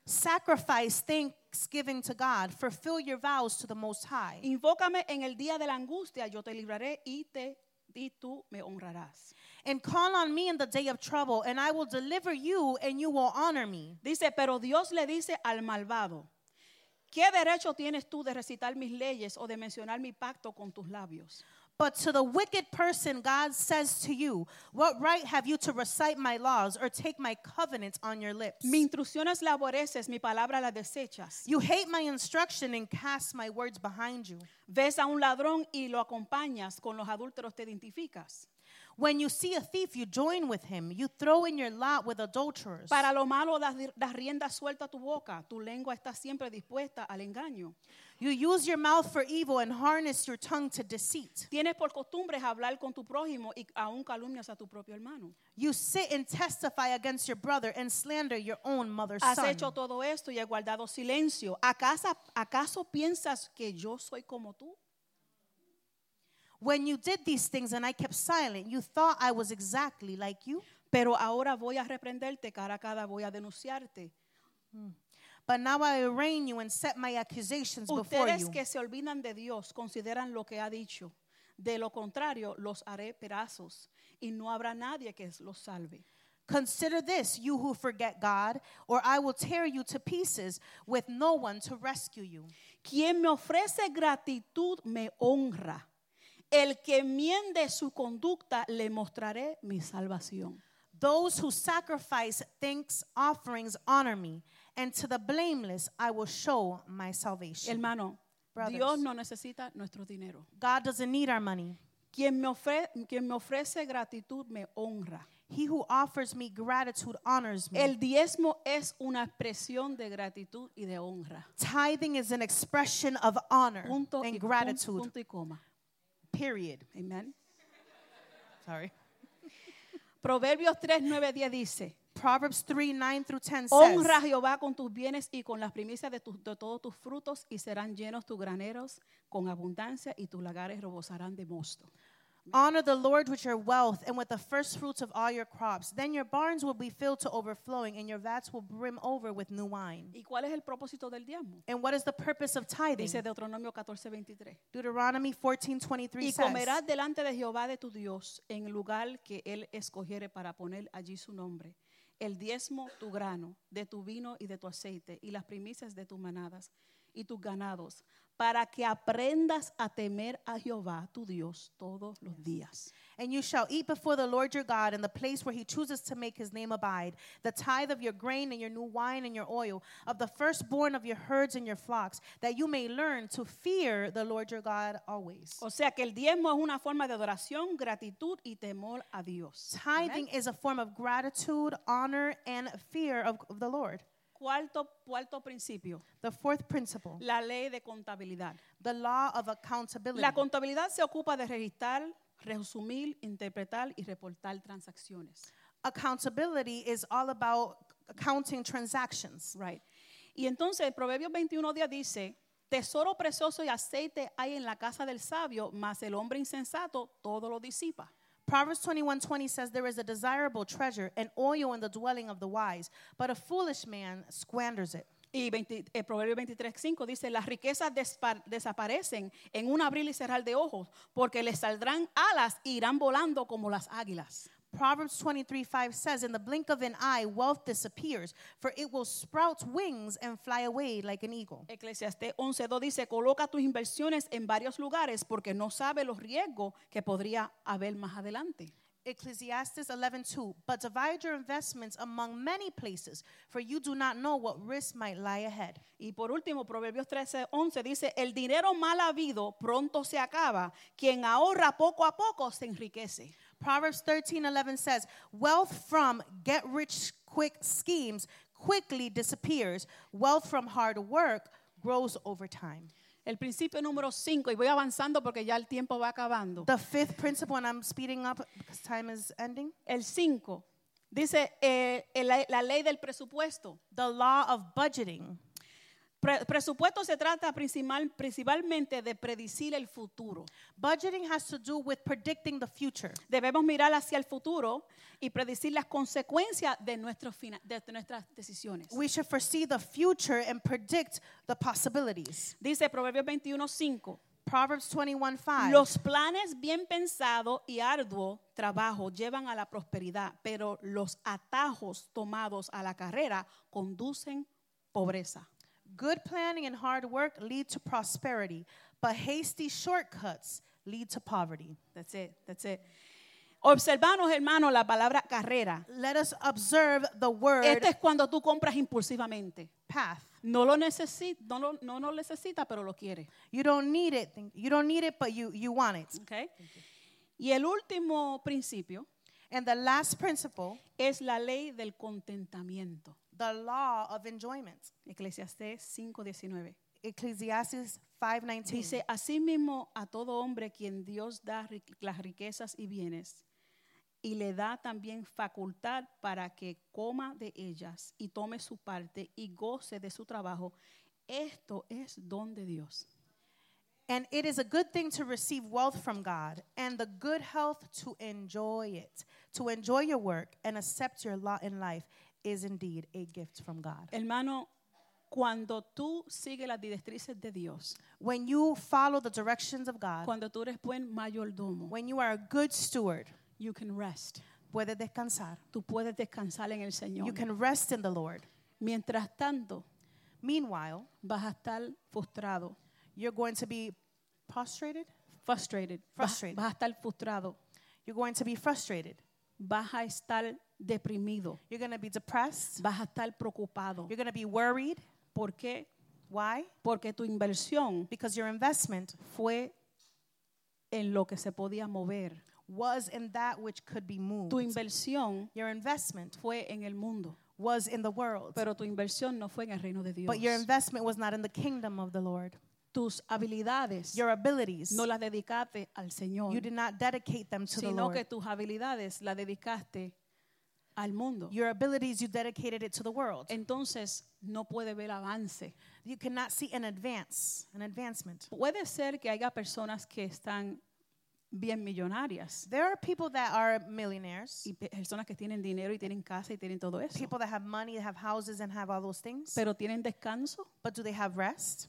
Speaker 2: Sacrifice thanksgiving to God, fulfill your vows to the Most High.
Speaker 1: Invócame en el día de la angustia, yo te libraré y te y tú me honrarás.
Speaker 2: And call on me in the day of trouble, and I will deliver you, and you will honor me.
Speaker 1: Dice, pero Dios le dice al malvado, ¿qué derecho tienes tú de recitar mis leyes o de mencionar mi pacto con tus labios?
Speaker 2: But to the wicked person, God says to you, What right have you to recite my laws or take my covenants on your lips?
Speaker 1: Mis instrucciones las aborreces, mi palabra las desechas.
Speaker 2: You hate my instruction and cast my words behind you.
Speaker 1: Ves a un ladrón y lo acompañas, con los adúlteros te identificas.
Speaker 2: When you see a thief, you join with him. You throw in your lot with adulterers.
Speaker 1: Para lo malo das, das rienda suelta a tu boca, tu lengua está siempre dispuesta al engaño.
Speaker 2: You use your mouth for evil and harness your tongue to deceit.
Speaker 1: Tienes por costumbre hablar con tu prójimo y aún calumnias a tu propio hermano.
Speaker 2: You sit and testify against your brother and slander your own mother's
Speaker 1: Has
Speaker 2: son.
Speaker 1: hecho todo esto y has guardado silencio. ¿Acaso, ¿Acaso piensas que yo soy como tú?
Speaker 2: When you did these things and I kept silent, you thought I was exactly like you.
Speaker 1: Pero ahora voy a reprenderte, cara a cara voy a denunciarte.
Speaker 2: But now I arraign you and set my accusations before
Speaker 1: Ustedes
Speaker 2: you.
Speaker 1: que se olvidan de Dios consideran lo que ha dicho. De lo contrario, los haré pedazos y no habrá nadie que los salve.
Speaker 2: Consider this, you who forget God, or I will tear you to pieces with no one to rescue you.
Speaker 1: Quien me ofrece gratitud me honra. El que enmiende su conducta le mostraré mi salvación.
Speaker 2: Those who sacrifice thanks offerings honor me, and to the blameless I will show my salvation.
Speaker 1: Hermano,
Speaker 2: Brothers.
Speaker 1: Dios no necesita nuestro dinero.
Speaker 2: God doesn't need our money.
Speaker 1: Quien me, ofre- quien me ofrece gratitud me honra.
Speaker 2: He who offers me gratitude honors me.
Speaker 1: El diezmo es una expresión de gratitud y de honra.
Speaker 2: Tithing is an expression of honor
Speaker 1: Punto y,
Speaker 2: and
Speaker 1: pun-
Speaker 2: gratitude.
Speaker 1: punto y coma.
Speaker 2: Period.
Speaker 1: Amén.
Speaker 2: Sorry.
Speaker 1: Proverbios 3, 9, 10 dice,
Speaker 2: Proverbs 3 9 through 10 says,
Speaker 1: honra a Jehová con tus bienes y con las primicias de, tus- de todos tus frutos y serán llenos tus graneros con abundancia y tus lagares rebosarán de mosto.
Speaker 2: Honor the Lord with your wealth and with the first fruits of all your crops. Then your barns will be filled to overflowing, and your vats will brim over with new wine.
Speaker 1: ¿Y cuál es el propósito del diezmo?
Speaker 2: And what is the purpose of tithing?
Speaker 1: Dice Deuteronomio 14, 23.
Speaker 2: Deuteronomy 14:23
Speaker 1: Y
Speaker 2: says,
Speaker 1: comerás delante de Jehová de tu Dios en el lugar que él escogiere para poner allí su nombre. El diezmo, tu grano, de tu vino y de tu aceite, y las primicias de tus manadas y tus ganados, para que aprendas a temer a Jehová tu Dios todos los días.
Speaker 2: And you shall eat before the Lord your God in the place where he chooses to make his name abide, the tithe of your grain and your new wine and your oil, of the firstborn of your herds and your flocks, that you may learn to fear the Lord your God always.
Speaker 1: O sea que el diezmo es una forma de adoración, gratitud y temor a Dios.
Speaker 2: Tithing is a form of gratitude, honor, and fear of, of the Lord.
Speaker 1: Cuarto, cuarto principio,
Speaker 2: The fourth principle,
Speaker 1: la ley de contabilidad.
Speaker 2: the law of accountability.
Speaker 1: La contabilidad se ocupa de registrar, resumir, interpretar y reportar transacciones.
Speaker 2: accountability is all about counting transactions.
Speaker 1: Right. Y entonces Proverbios 21 día dice, tesoro precioso y aceite hay en la casa del sabio, mas el hombre insensato todo lo disipa.
Speaker 2: Proverbs 21:20 says there is a desirable treasure and oil in the dwelling of the wise, but a foolish man squanders it.
Speaker 1: Y 20, eh, Proverbios 23, 5 dice, las riquezas despa- desaparecen en un abrir y cerrar de ojos, porque les saldrán alas e irán volando como las águilas.
Speaker 2: Proverbs 23:5 says in the blink of an eye wealth disappears, for it will sprout wings and fly away like an eagle.
Speaker 1: Eclesiastés 11.2 dice, coloca tus inversiones en varios lugares porque no sabe los riesgos que podría haber más adelante.
Speaker 2: Ecclesiastes 11:2 But divide your investments among many places, for you do not know what risk might lie ahead.
Speaker 1: Y por último, Proverbios 13.11 dice, el dinero mal habido pronto se acaba, quien ahorra poco a poco se enriquece.
Speaker 2: Proverbs 13 11 says, Wealth from get rich quick schemes quickly disappears. Wealth from hard work grows over time.
Speaker 1: El principio número 5, y voy avanzando porque ya el tiempo va acabando.
Speaker 2: The fifth principle, and I'm speeding up because time is ending
Speaker 1: El 5 dice eh, el- la, ley del presupuesto.
Speaker 2: the law of budgeting.
Speaker 1: Pre- presupuesto se trata principal- principalmente de predecir el futuro.
Speaker 2: Budgeting has to do with predicting the future.
Speaker 1: Debemos mirar hacia el futuro y predecir las consecuencias de, nuestros fina- de nuestras decisiones.
Speaker 2: We should foresee the future and predict the possibilities.
Speaker 1: Dice Proverbios 21:5,
Speaker 2: Proverbs 21 5.
Speaker 1: los planes bien pensados y arduo trabajo llevan a la prosperidad, pero los atajos tomados a la carrera conducen pobreza.
Speaker 2: Good planning and hard work lead to prosperity, but hasty shortcuts lead to poverty.
Speaker 1: That's it, that's it. Observanos, hermanos, la palabra carrera.
Speaker 2: Let us observe the word
Speaker 1: Este es cuando tú compras impulsivamente.
Speaker 2: path.
Speaker 1: No lo necesita, no lo, no lo necesita, pero lo quiere.
Speaker 2: You don't need it. You don't need it, but you, you want it.
Speaker 1: Okay? Y el último principio
Speaker 2: And the last principle,
Speaker 1: es la ley del contentamiento.
Speaker 2: the law of enjoyment.
Speaker 1: Eclesiastés 5:19.
Speaker 2: Ecclesiastes 5:19.
Speaker 1: Dice, asimismo a todo hombre quien Dios da ri- las riquezas y bienes y le da también facultad para que coma de ellas y tome su parte y goce de su trabajo, esto es don de Dios.
Speaker 2: and it is a good thing to receive wealth from God and the good health to enjoy it. To enjoy your work and accept your lot in life is indeed a gift from God.
Speaker 1: Hermano, cuando tú sigues las directrices de Dios,
Speaker 2: When you follow the directions of God,
Speaker 1: cuando tú eres buen mayordomo,
Speaker 2: when you are a good steward,
Speaker 1: you can rest.
Speaker 2: puedes descansar.
Speaker 1: Tú puedes descansar en el Señor.
Speaker 2: You can rest in the Lord.
Speaker 1: Mientras tanto,
Speaker 2: Meanwhile,
Speaker 1: vas a estar frustrado,
Speaker 2: you're going to be prostrated.
Speaker 1: frustrated, vas-
Speaker 2: Frustrated.
Speaker 1: vas a estar frustrado.
Speaker 2: You're going to be frustrated.
Speaker 1: vas a estar deprimido,
Speaker 2: You're going to be depressed.
Speaker 1: vas a estar preocupado.
Speaker 2: You're going to be worried.
Speaker 1: ¿Por qué?
Speaker 2: Why?
Speaker 1: Porque tu inversión
Speaker 2: Because your investment
Speaker 1: fue en lo que se podía mover.
Speaker 2: was in that which could be moved.
Speaker 1: Tu inversión
Speaker 2: Your investment
Speaker 1: fue en el mundo,
Speaker 2: was in the world,
Speaker 1: pero tu inversión no fue en el reino de Dios.
Speaker 2: but your investment was not in the kingdom of the Lord.
Speaker 1: Tus habilidades
Speaker 2: Your abilities,
Speaker 1: no las dedicaste al Señor,
Speaker 2: you did not dedicate them to the
Speaker 1: sino que
Speaker 2: Lord.
Speaker 1: tus habilidades las dedicaste al mundo.
Speaker 2: Your abilities, you dedicated it to the world.
Speaker 1: Eh. Entonces no puede ver avance.
Speaker 2: You cannot see an advance, an advancement.
Speaker 1: Puede ser que haya personas que están bien millonarias,
Speaker 2: There are people that are millionaires,
Speaker 1: y pe- personas que tienen dinero y tienen casa y tienen todo eso.
Speaker 2: people that have money, have houses, and have all those things.
Speaker 1: pero tienen descanso.
Speaker 2: But do they have rest?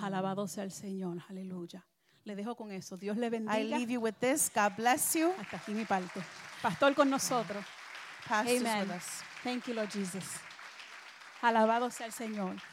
Speaker 1: Alabado sea el Señor. Aleluya. Le dejo con eso. Dios le
Speaker 2: I
Speaker 1: bendiga.
Speaker 2: leave you with this. God bless you.
Speaker 1: Hasta aquí mi parte. Pastor con nosotros.
Speaker 2: Pastors
Speaker 1: Amen.
Speaker 2: with us.
Speaker 1: Thank you, Lord Jesus. Alabado sea el Señor.